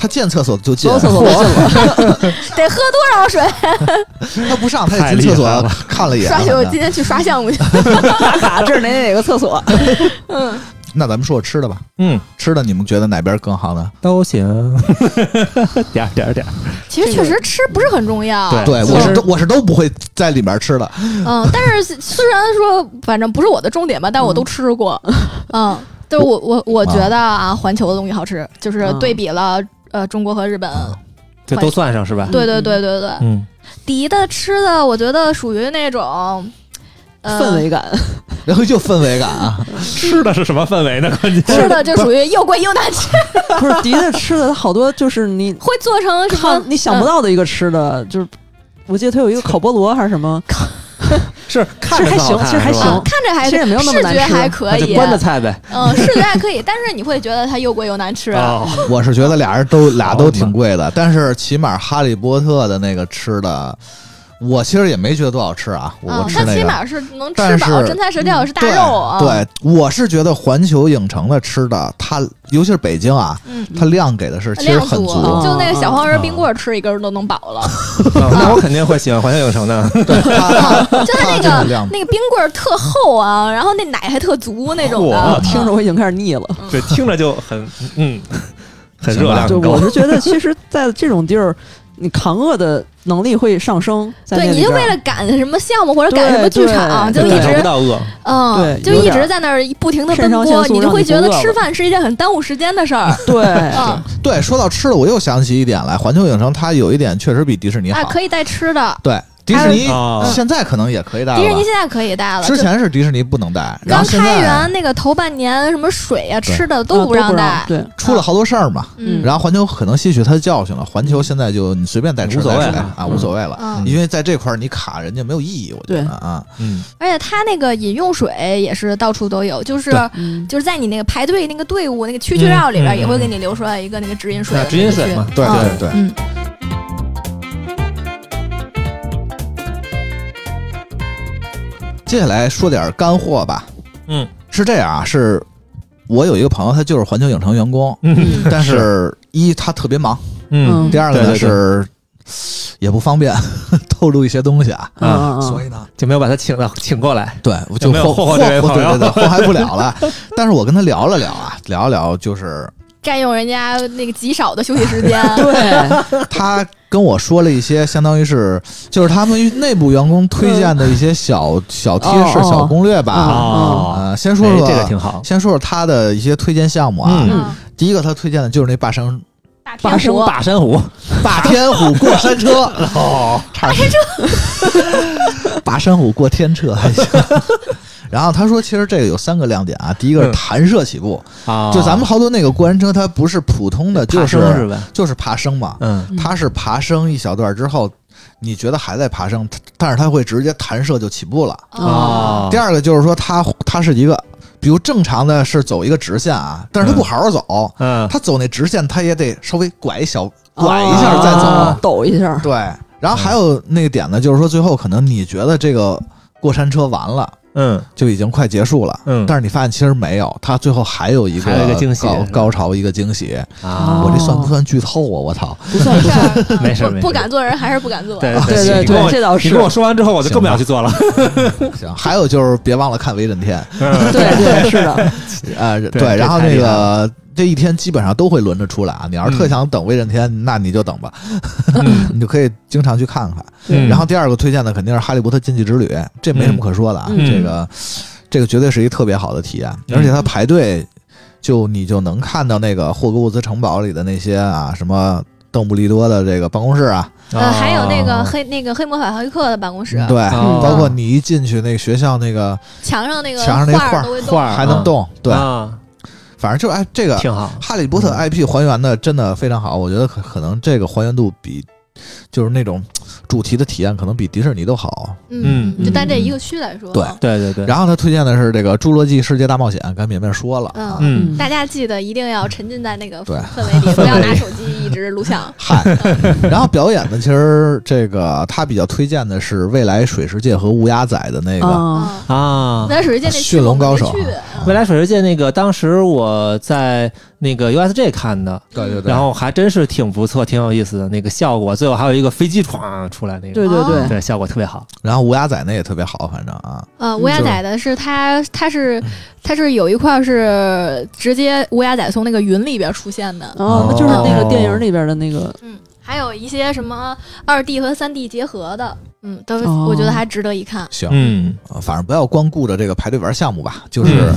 他见厕所就进
所，有厕所都进了，
得喝多少水？
他不上他
太
也进
厉
厕所
害了
看了一眼。
刷
好
去，我
像
今天去刷项目去。
打 卡这是哪哪个厕所？
嗯，
那咱们说说吃的吧，
嗯，
吃的你们觉得哪边更好呢？
都行， 点儿点儿点儿，
其实确实吃不是很重要。
对
对，
其
我是
实
都我是都不会在里面吃的。
嗯，但是虽然说反正不是我的重点吧，但我都吃过。嗯，就是我我我觉得啊，环球的东西好吃，就是
嗯
对比了呃中国和日本。
这都算上是吧？
对对对对对，
嗯，
迪的吃的我觉得属于那种。呃
氛围感，
然后就氛围感啊，
吃的是什么氛围呢？关键
吃的就属于又贵又难吃，
不是迪的吃的，好多就是你
会做成什么 嗯
看？你想不到的一个吃的，就是我记得他有一个烤菠萝还是什么，
是看着
还
特好
行
看
其实还
是吧
行
啊看着
其
还
实也没有那么
视
难
觉
吃啊
还可
那就
以，啊
关的菜呗。
嗯，视觉还可以，但是你会觉得它又贵又难吃。啊
哦，
我是觉得俩人都俩都挺贵的，但是起码哈利波特的那个吃的，我其实也没觉得多好吃啊，我
嗯
我，吃
它
那
起
个。
码是能吃
但
饱，
是嗯
真材实料是大肉啊。
对，对，我是觉得环球影城的吃的，它尤其是北京啊，
嗯，
它量给的是其实
量
很
足，啊
足。啊嗯
就那个小黄人冰棍儿吃一根儿都能饱了。
那我肯定会喜欢环球影城的。
对，它啊它
就它那
它这
个
个量
那个冰棍儿特厚啊，然后那奶还特足那种的
嚯。
听着我已经开始腻了。
对，听着就很嗯，很
行吧
热量
就
很高
我。是觉得，其实，在这种地儿，你扛饿的能力会上升。在
对，
那
你
里
就
边
为了赶什么项目或者赶
对
什么剧
对
场，就
对
一
感受不
直
到饿，
嗯，
对
就
有
一
点
直
儿
在那儿不停的奔
肾上腺
波，
素
你就
让
会
你
觉
不
得
饿了
吃饭是一件很耽误时间的事儿。
对，啊
嗯，
对，说到吃的，我又想起一点来，环球影城它有一点确实比迪士尼
啊，
好。
可以带吃的，
对，迪士尼
啊
现在可能也可以带了
迪士尼
吧。
现在可以带了。
之
就
前是迪士尼不能带，然
刚
后现
开
在
园那个头半年，什么水呀、
对
吃的
啊
都
不
让带。
对，
出了好多事儿嘛。
嗯，
然后环球可能吸取他的教训了，环球现在就你随便带吃
无所谓
带水
了
啊，无所谓了
嗯，
因为在这块儿你卡人家没有意义，我觉
对
得啊，
嗯，
而且它那个饮用水也是到处都有，就是
对
嗯，
就是在你那个排队那个队伍那个区区绕里边，
嗯
也会给你留出来一个那个直饮水
那。直饮水嘛，，
对
嗯
对对。
嗯，
接下来说点干货吧，
嗯，
是这样啊，是我有一个朋友，他就是环球影城员工，
嗯
但是一他特别忙，
嗯
嗯
第二个呢
对对对
是也不方便 透露一些东西啊，
嗯嗯
所
嗯，
以呢，
就没有把他请了请过来。
对，我就
没有
祸
祸害这位
祸
朋友
对对对，祸害不了 了。但是我跟他聊了聊啊，聊了聊就是
占用人家那个极少的休息时间。
对，
他跟我说了一些，相当于是就是他们内部员工推荐的一些小小贴士、
哦哦
小攻略吧。
哦，
呃，先说说
哎这个挺好。
先说说他的一些推荐项目啊。
嗯
嗯，
第一个他推荐的就是那霸山
大
霸
天
山
国，
霸山湖，
霸天虎过山车，哦，霸山 车，霸山虎过天车还行。 然后他说，其实这个有三个亮点啊，第一个是
嗯
弹射起步，
啊
就咱们好多那个过山车，它不是普通的，就
爬升是
是
吧？
就是爬升嘛，
嗯，
它是爬升一小段之后，你觉得还在爬升，它但是它会直接弹射就起步了。
啊
哦，
第二个就是说它，它是一个，比如正常的是走一个直线啊，但是它不好好走，
嗯，
它走那直线，它也得稍微拐一小拐一下再走。
啊抖一下，
对，然后还有那个点呢，就是说最后可能你觉得这个过山车完了，
嗯
就已经快结束了，
嗯
但是你发现其实没有，它最后还有一个
还有一个惊喜
高
是吧
高潮一个惊喜。
啊，
我这算不算剧透啊？我操！
不算不
事
算，
儿，嗯
没事
不
没事
不敢做人还是不敢做。
对
对对
你跟
对，
我
这倒
你
是
跟，我说完之后，我就更不想去做了。
行，还有就是别忘了看威震天，
对对是的，
呃，
对这
然后
太
那
厉害
个这一天基本上都会轮着出来啊。你要是特
嗯
想等威震天，那你就等吧， 你就可以经常去看看。
嗯
然后第二个推荐的肯定是《哈利波特禁忌之旅》，这没什么可说的啊，
嗯
这个这个绝对是一特别好的体验，
嗯
而且它排队就你就能看到那个霍格沃兹城堡里的那些啊什么。邓布利多的这个办公室啊，
呃，还有那个
哦
黑那个黑魔法黑客的办公室，
对，
哦
包括你一进去那个学校那个
墙上那个
墙上那
画
画
儿都会动
画儿
还能动，对，
啊
反正就哎这个《
挺好。
哈利波特》
嗯
IP 还原的真的非常好，我觉得可可能这个还原度比就是那种主题的体验可能比迪士尼都好。
嗯，
嗯
就单这一个区来说，
对
对对对，
然后他推荐的是这个《侏罗纪世界大冒险》，刚才绵绵说了，
嗯
啊。
嗯，
大家记得一定要沉浸在那个
对。
氛围里，不要拿手机一直录像
嗨，然后表演呢，其实这个他比较推荐的是未来水世界和乌鸦仔的那个，
啊，
嗯，
啊，
那属于见那
驯龙高手
去，
未来水世界那个，当时我在那个 USJ 看的，
对对对，
然后还真是挺不错，挺有意思的那个效果。最后还有一个飞机闯出来那个，
对对
哦
对，
对效果特别好。
然后乌鸦仔那也特别好，反正啊，
呃，乌鸦仔的是它，它
嗯
是它是有一块是直接乌鸦仔从那个云里边出现
嗯
的，
哦，那就是那个电影里边的那个，
嗯，还有一些什么二 D 和三 D 结合的，嗯，都
哦
我觉得还值得一看。
行，
嗯
呃反正不要光顾着这个排队玩项目吧，就是、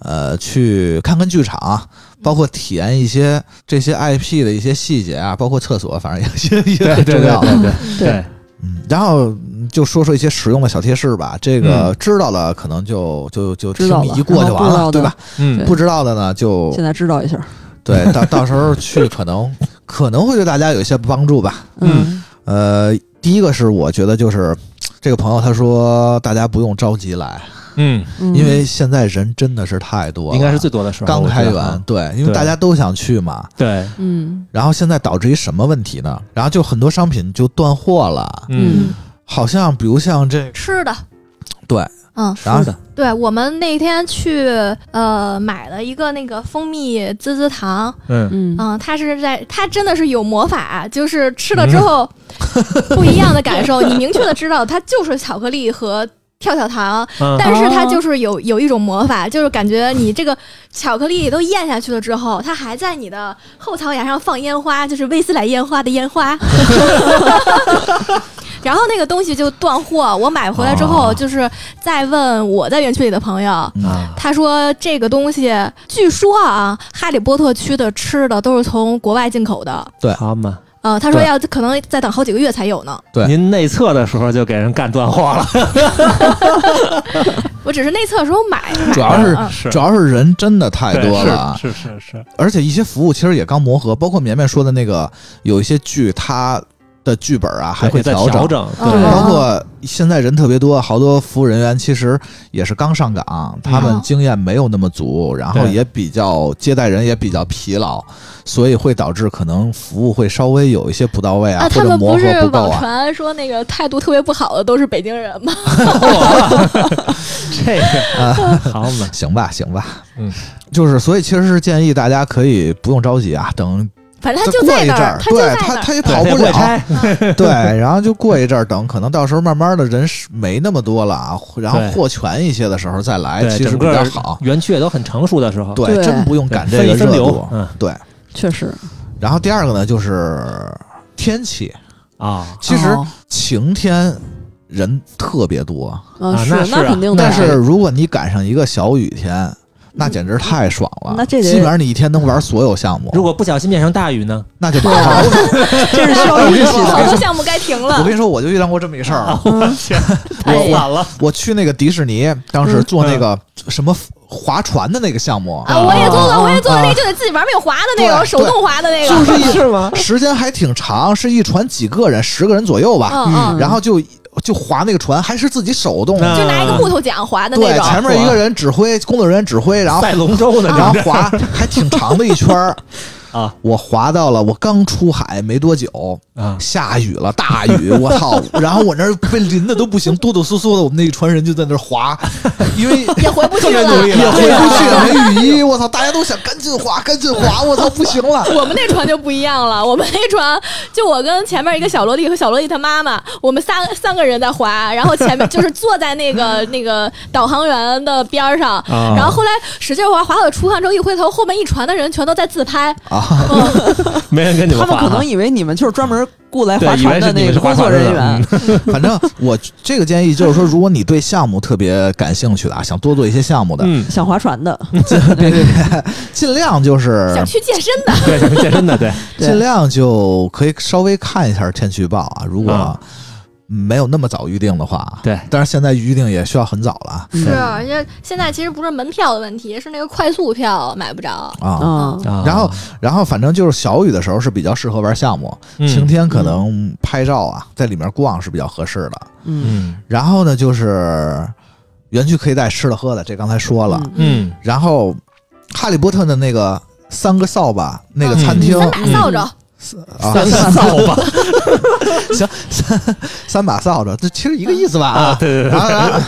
呃去看看剧场，包括体验一些这些 IP 的一些细节啊，包括厕所，反正也 也也
对
很
对
重
对
要。
对对对
对，
嗯，然后嗯就说说一些实用的小贴士吧，这
嗯
个知道了可能就就就
知
听
道了
一过就完了，
然后不知道的
对吧？
嗯
对
不知道的呢就
哦
现在知道一下，
对，到到时候去可能 可能会对大家有一些帮助吧。
嗯
呃，第一个是我觉得就是这个朋友他说，大家不用着急来，
嗯，
嗯
因为现在人真的是太多了，
应该是最多的时候，
刚
我觉
开
得
园，
啊，
对，因为
对
大家都想去嘛。
对，
嗯
然后现在导致一什么问题呢？然后就很多商品就断货了，
嗯，
好像比如像这个，
吃的，
对，
嗯，
然后
是的，
对我们那天去呃买了一个那个蜂蜜滋滋糖，
嗯，
嗯
嗯，它是在它真的是有魔法，就是吃了之后不一样的感受，你明确的知道它就是巧克力和跳跳糖，
嗯
但是它就是有有一种魔法，就是感觉你这个巧克力都咽下去了之后，它还在你的后槽牙上放烟花，就是威斯莱烟花的烟花。 然后那个东西就断货，我买回来之后，
哦
就是再问我在园区里的朋友，
嗯
啊，
他说这个东西，据说啊，哈利波特区的吃的都是从国外进口的，
好嘛，
呃，他说
对
要可能再等好几个月才有呢。
对
您内测的时候就给人干断货了，
我只是内测的时候买，买
主要是
嗯
是
主要是人真的太
对
多了，啊
是是是是，
而且一些服务其实也刚磨合，包括绵绵说的那个，有一些剧它的剧本啊还会
在
调
调
整。
整，
嗯
对，
包括现在人特别多，好多服务人员其实也是刚上岗，他们经验没有那么足，然后
嗯对
也比较接待人也比较疲劳，所以会导致可能服务会稍微有一些不到位啊，
啊，
或
他
者
们
磨
不
合
是
不够
网
啊。
传说那个态度特别不好的都是北京人吗？
哦
这
啊
个好嘛，
行吧，行吧，
嗯，
就是所以其实是建议大家可以不用着急啊，等
反正他
再
就
过
在
一
那
阵
儿，
儿，
就
对
在那
他
儿。
他也
对
跑
这
不
怪
了，
拆
对，然后就过一阵儿，等可能到时候慢慢的人是没那么多了啊，然后
对
货全一些的时候再来，
对，
其实
整
比
个
较好。
园区也都很成熟的时候，
对，
对
真不用赶这
分
个
一分
热
流
度，。
嗯
对。
确实，
然后第二个呢，就是天气，
啊，
其实
哦
晴天人特别多，
啊
啊
是
那是啊
肯
嗯
定的
但
呀，
是如果你赶上一个小雨天，那简
嗯
直太爽了。
那这得
基本上你一天能玩所有项目，
如果不小心变成大雨呢？
那就麻烦了。
哎这是需要运气
好
的，
多项目该停
我
了
跟，你说，我就遇到过这么一事儿。
嗯
我
哎呀
晚了，
我去那个迪士尼，当时做那个什么划船的那个项目，
啊，我也做
啊
了，我也做了
啊
那个就得自己玩命划的那个，
对
我手动划的那个，
就是一
是吗？
时间还挺长，是一船几个人，十个人左右吧，
嗯
然后就就划那个船，还是自己手动
嗯，
啊
的，
就拿一个木头桨划的那
对，
种。
前面一个人指挥，工作人员指挥，然后
赛龙舟呢？
然后划还挺长的一圈儿。
啊，
我划到了，我刚出海没多久，
啊，
下雨了，大雨，我 操！然后我那儿被淋的都不行，哆哆嗦嗦的，我们那一船人就在那儿 划，因为
也回不去
别努力啊
了，
也回不去了，没雨衣，我操！大家都想赶紧划，赶紧划，我操，不行了。
我们那船就不一样了，我们那船就我跟前面一个小萝莉和小萝莉她妈妈，我们三三个人在划，然后前面就是坐在那 个那个导航员的边儿上，
啊
然后后来使劲划，划到出汗之后一回头，后面一船的人全都在自拍，
没人跟你
他
们
们
划
可能
啊。
以为你们就是专门雇来
对
划
以为
船的
是你
那
们是
个
划
工作
船的
人员，
反正我这个建议就是说，如果你对项目特别感兴趣的啊，想多做一些项目的，
嗯，
想划船的，
别别别，尽量就是
想去健身的，
对，想去健身的，对，
对
尽量就可以稍微看一下天气预报啊，如果
啊
没有那么早预定的话，
对
但是现在预定也需要很早了
嗯
啊
是，而且现在其实不是门票的问题，是那个快速票买不着。
啊。
嗯，
啊
然后，然后反正就是小雨的时候是比较适合玩项目，
嗯
晴天可能拍照啊，在里面逛是比较合适的。
嗯
嗯
然后呢，就是园区可以带吃的喝的，这刚才说了。
嗯，
然后，哈利波特的那个三个扫把那个餐厅，
嗯
嗯
嗯
三把扫帚，
啊
三 个扫把
行，三三把扫帚，这其实一个意思吧？
啊，对对对
然后，然后，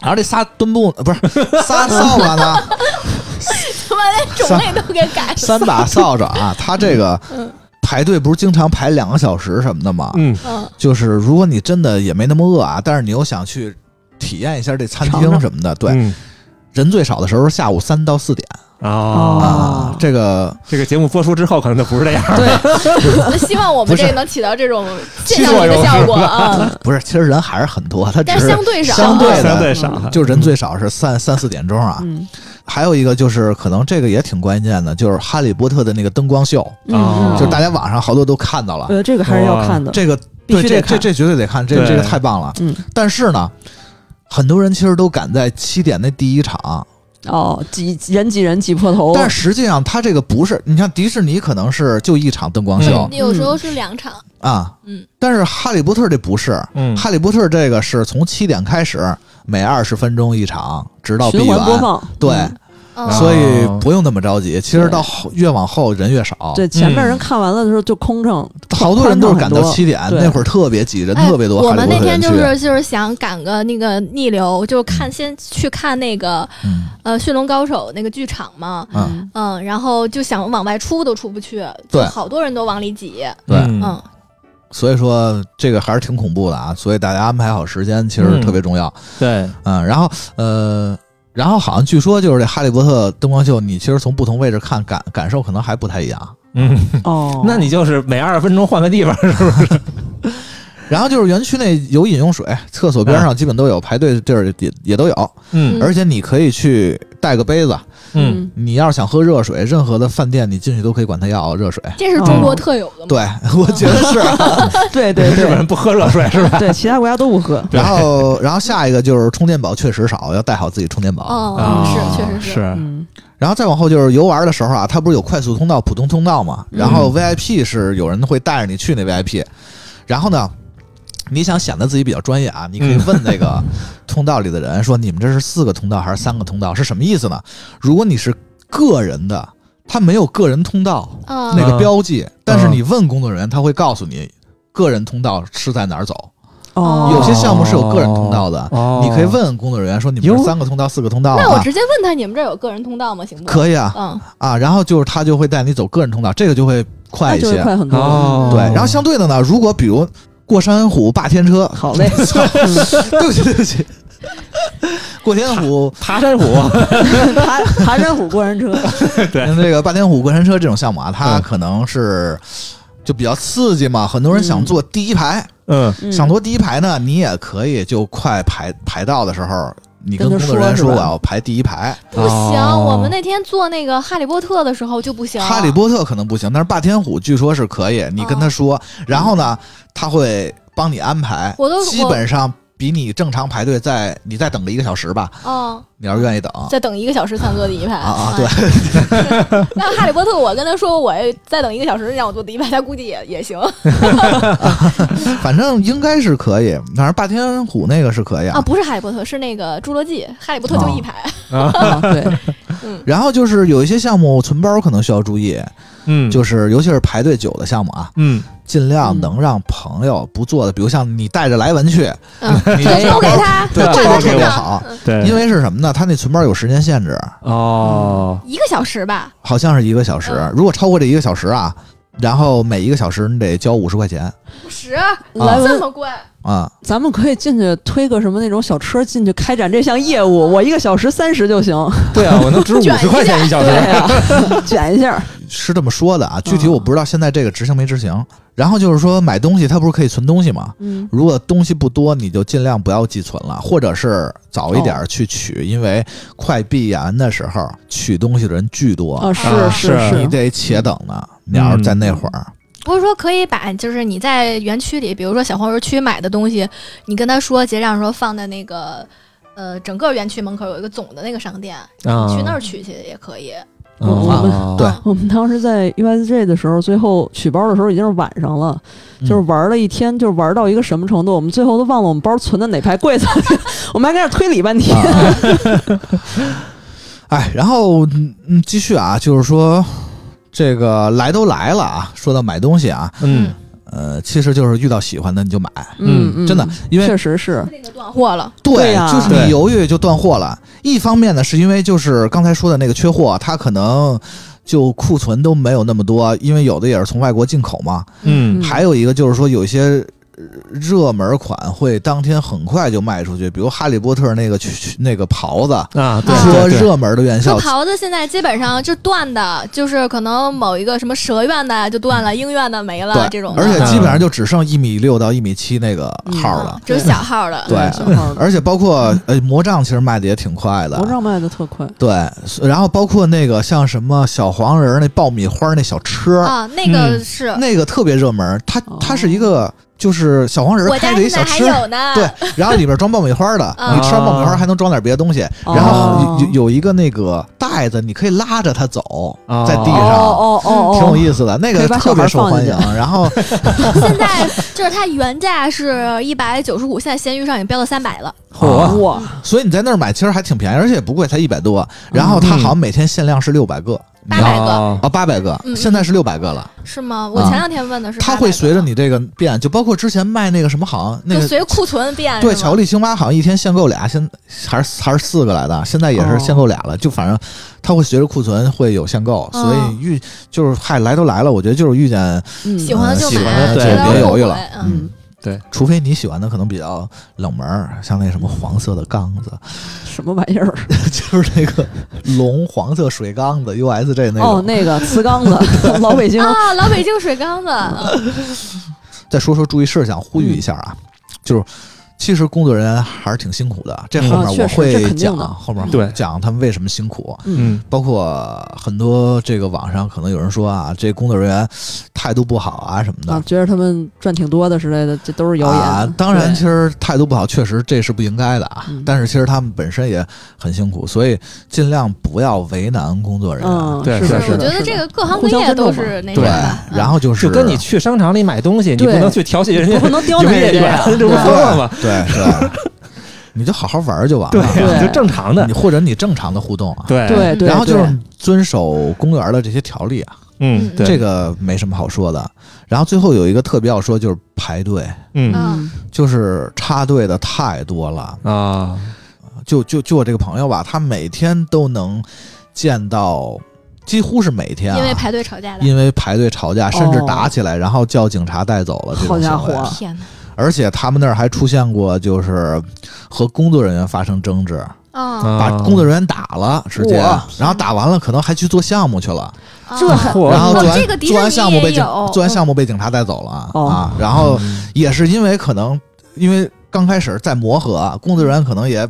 然后这仨墩布不是仨扫把呢？
他妈连 种类都给改了。
三把扫帚啊，他这个
嗯
排队不是经常排两个小时什么的吗？
嗯，
嗯，
就是如果你真的也没那么饿啊，但是你又想去体验一下这餐
尝
厅
尝
什么的，对，
嗯
人最少的时候是下午三到四点
啊，
啊
哦，
这个
这个节目播出之后，可能就不是这样，
那希望我
不
们
是
这个能起到这种健康的效果啊。
不是，其实人还是很多，他只
但是
是
相对少，啊
相对的
相对少，
就人最少是三三四点钟啊。
嗯
还有一个就是，可能这个也挺关键的，就是《哈利波特》的那个灯光秀，
嗯
啊
嗯，
就是大家网上好多都看到了。
呃，这个还是要看的，
这个
必
对
须
这
得
这
看
这绝对得看，这
对
这个太棒了。
嗯，
但是呢，很多人其实都赶在七点那第一场
哦，挤人挤人挤破头，
但实际上，它这个不是，你像迪士尼可能是就一场灯光秀
嗯
有时候是两场，
啊，
嗯，
但是哈利波特这不是，
嗯，
哈利波特这个是从七点开始，每二十分钟一场，直到
循
闭
环播
园。
放，
对，
嗯
嗯
啊
所以不用那么着急。其实到后越往后人越少，
对，前面
嗯
人看完了的时候就空乘，
好多人都是赶到
宽敞很多
七点，
对
那会儿特别挤，人
哎
特别多。哈
我
利波
们那
特
天
园
就
区
是就是想赶个那个逆流，就看先去看那个
嗯
呃《驯龙高手》那个剧场嘛，
啊
嗯
嗯，然后就想往外出都出不去，就
对
好多人都往里挤，
对，
嗯
嗯，
所以说这个还是挺恐怖的啊。所以大家安排好时间其实
嗯
特别重要。
对，
嗯，然后呃，然后好像据说就是这《哈利波特》灯光秀，你其实从不同位置看感感受可能还不太一样。
嗯，
哦，
那你就是每二十分钟换个地方，是不是？
然后就是园区内有饮用水，厕所边上基本都有，排队的地儿也也都有，
嗯
而且你可以去带个杯子。
嗯，
你要是想喝热水，任何的饭店你进去都可以管他要热水。
这是中国特有的嘛？
对， 我觉得是。
对对
日本人
对
不喝热水是吧？
对，其他国家都不喝，
然后，然后下一个就是充电宝确实少，要带好自己充电宝。
哦，
啊
是，确实
是，
嗯，
然后再往后就是游玩的时候啊，它不是有快速通道、普通通道
嗯
嘛？然后 VIP 是有人会带着你去那 VIP，然后呢，你想显得自己比较专业啊，你可以
嗯
问那 个通道里的人说：“你们这是四个通道还是三个通道？是什么意思呢？”如果你是个人的，他没有个人通道
嗯，
那个标记，但是你问工作人员，他会告诉你个人通道是在哪儿走。
哦，
有些项目是有个人通道的，
哦
你可以问工作人员说：“你们
哟
是三个通道、四个通道
那我
啊
直接问他，你们这儿有个人通道吗？行？”不？
可以啊，
嗯，
啊，然后就是他就会带你走个人通道，啊这个就会快
那
一
就会
些。
快很多，
哦，
对，然后相对的呢，如果比如过山虎霸天车，
好 嘞，嗯
对不起对不起，过天虎
爬山虎，
爬爬山虎过山车，
嗯这个霸天虎过山车这种项目啊，它
嗯
可能是就比较刺激嘛，很多人想
嗯
坐第一排，
嗯
嗯
想坐第一排呢，你也可以就快排排到的时候，你跟
跟
工
他
作人员
说
说我
是吧
要排第一排。
不行，
哦
我们那天做那个《哈利波特》的时候就不行。
哈利波特可能不行，但是霸天虎据说是可以。你跟他说，然后呢，他会帮你安排。
哦我都
基本上比你正常排队再你再等个一个小时吧，
哦，
你要是愿意等
再等一个小时才能坐第一排嗯
啊啊！对，，
那哈利波特，我跟他说，我再等一个小时，让我坐第一排，他估计也也行
反正应该是可以。反正霸天虎那个是可以
啊。
啊。
不是哈利波特，是那个侏罗纪，哈利波特
哦
就一排。
啊对，
然后就是有一些项目存包可能需要注意，
嗯，
就是尤其是排队久的项目啊，
嗯，
尽量能让朋友不坐的，比如像你带着莱文去，
嗯，
你
这
就
都给他
哎
嗯
对，这
包
个
给
特别
我
好。
对，
因为是什么呢？它那存包有时间限制，
哦，
一个小时吧。
好像是一个小时
嗯。
如果超过这一个小时啊，然后每一个小时你得交五十块钱
五十
莱
这
文
么贵？
啊。
咱们可以进去推个什么那种小车进去开展这项业务，我一个小时三十就行。
对啊，我能值五
卷一
十块钱一小时
对，呀、卷一下。
是这么说
嗯
的啊，具体我不知道现在这个执行没执行。然后就是说买东西，它不是可以存东西吗？
嗯，
如果东西不多，你就尽量不要寄存了，或者是早一点儿去取，因为快闭园的时候取东西的人巨多，
哦，是
啊
是
是
你
是，
得且等呢。你要是在那会儿，
不是说可以把就是你在园区里，比如说小黄人区买的东西，你跟他说结账的时候放在那个呃整个园区门口有一个总的那个商店，
啊
你去那儿取去也可以。
我
啊
们
对
我们当时在 USJ 的时候，最后取包的时候已经是晚上了，
嗯
就是玩了一天，就是玩到一个什么程度，我们最后都忘了我们包存的哪排柜子， 我们还在那儿推理半天。
啊 哎，然后嗯嗯，继续啊，就是说这个来都来了啊，说到买东西啊，
嗯
呃，其实就是遇到喜欢的你就买，
嗯
嗯，
真的，因为
确实是，
那个断货了，
对呀
就是你犹豫就断货了。一方面呢，是因为就是刚才说的那个缺货，它可能就库存都没有那么多，因为有的也是从外国进口嘛。
嗯
还有一个就是说，有一些呃热门款会当天很快就卖出去，比如《哈利波特》那个去那个袍子，
啊，对
说
对对
热门的院校
说袍子现在基本上就断的，就是可能某一个什么蛇院的就断了，鹰院的没
啊
了
对，
这种的，
而且基本上就只剩一米六到一米七那个号了
啊
嗯。只有小号的。
对
小 号的，
而且包括呃魔杖，其实卖的也挺快的。
魔杖卖的特快，
对，然后包括那个像什么小黄人儿那爆米花儿那小车儿，
啊，那个
嗯
是
哦
那个特别热门儿，它它是一个就是小黄人
我
开
家
的一小
现在还
吃，
有呢。
对， 然后里边装爆米花的，
啊
你吃完爆米花还能装点别的东西，然后
嗯哦
有有有一个那个袋子，你可以拉着它走，
哦
在地
哦
上。嗯
哦哦哦，
挺有意思的，那
可
个
以把
特别
小
受
孩放
欢
进
迎
去。
然后
现在就是它原价是一百九十五，现在闲鱼上已经飙到三百了。
啊
嚯，
哇，
所以你在那儿买其实还挺便宜，而且也不贵，才一百多。然后它好像每天限量是六百个，
八百个
哦
啊，八百个，
嗯
现在是六百个了。
是吗？我
啊
前两天问的是800
它
个，
会随着你这个变，就包括之前卖那个什么好像那
就
个
随着库存变。
对
是吗
巧克力星巴好像一天限购俩，现还是还是四个来的，现在也
哦
是限购俩了。就反正它会随着库存会有限
哦
购，所以遇就是嗨来都来了，我觉得就是遇见，
嗯
喜欢的就
喜
买，
欢
的对
不要
别
犹豫
后悔
了
嗯，
嗯，
除非你喜欢的可能比较冷门儿，像那什么黄色的缸子，
什么玩意儿？
就是那个龙黄色水缸子 USJ 那
哦，
种。
那个瓷 缸子，老北京嗯
啊，老北京水缸子，嗯
再说说注意事项，呼吁一下啊，
嗯
就是其实工作人员还是挺辛苦的，这后
啊
面
确
我
实这
会
肯定
讲，
的
后面
对
讲他们为什么辛苦。
啊
嗯，
包括很多这个网上可能有人说啊，这工作人员态度不好啊什么的
啊，。觉得他们赚挺多的之类的，这都是谣
啊
言。
当然，
对
其实态度不好，确实这是不应该的啊。
嗯
但是其实他们本身也很辛苦，所以尽量不要为难工作人员。
嗯，
对
是
是
的
是
是
我觉
的
得
是
这
的
个各行
互
各
相
业
尊重
都
嘛
是那
对
个吧，，嗯
然后就是
就跟你去商场里买东西，你不
对
能去挑衅人
你
家
不能刁
营
难
业
人
员
家，，
这 不
对
疯了吗？
对对，你就好好玩儿就完
对
了。
啊，
对
就正常的
你，或者你正常的互动啊。
对，
对对，
然后就是
对
遵守公园的这些条例啊，
嗯，对，
这个没什么好说的。然后最后有一个特别要说，就是排队。
嗯
嗯，
就是插队的太多了，
啊，
就就就我这个朋友吧，他每天都能见到，几乎是每天、啊，
因为排队吵架的，
因为排队吵架，甚至
哦
打起来，然后叫警察带走了这
好
种
家
行为
伙
天哪，
而且他们那儿还出现过，就是和工作人员发生争执，
嗯
啊，
嗯
把工作人员打了，直接
哇，
然后打完了可能还去做项目去了，
这
嗯
啊
嚯
然后
哦
做完、
这个迪士
做完
尼
项目
也
被警
有嗯
做完项目被警察带走了、
哦
啊，然后。
嗯
也是因为可能因为刚开始在磨合啊，工作人员可能也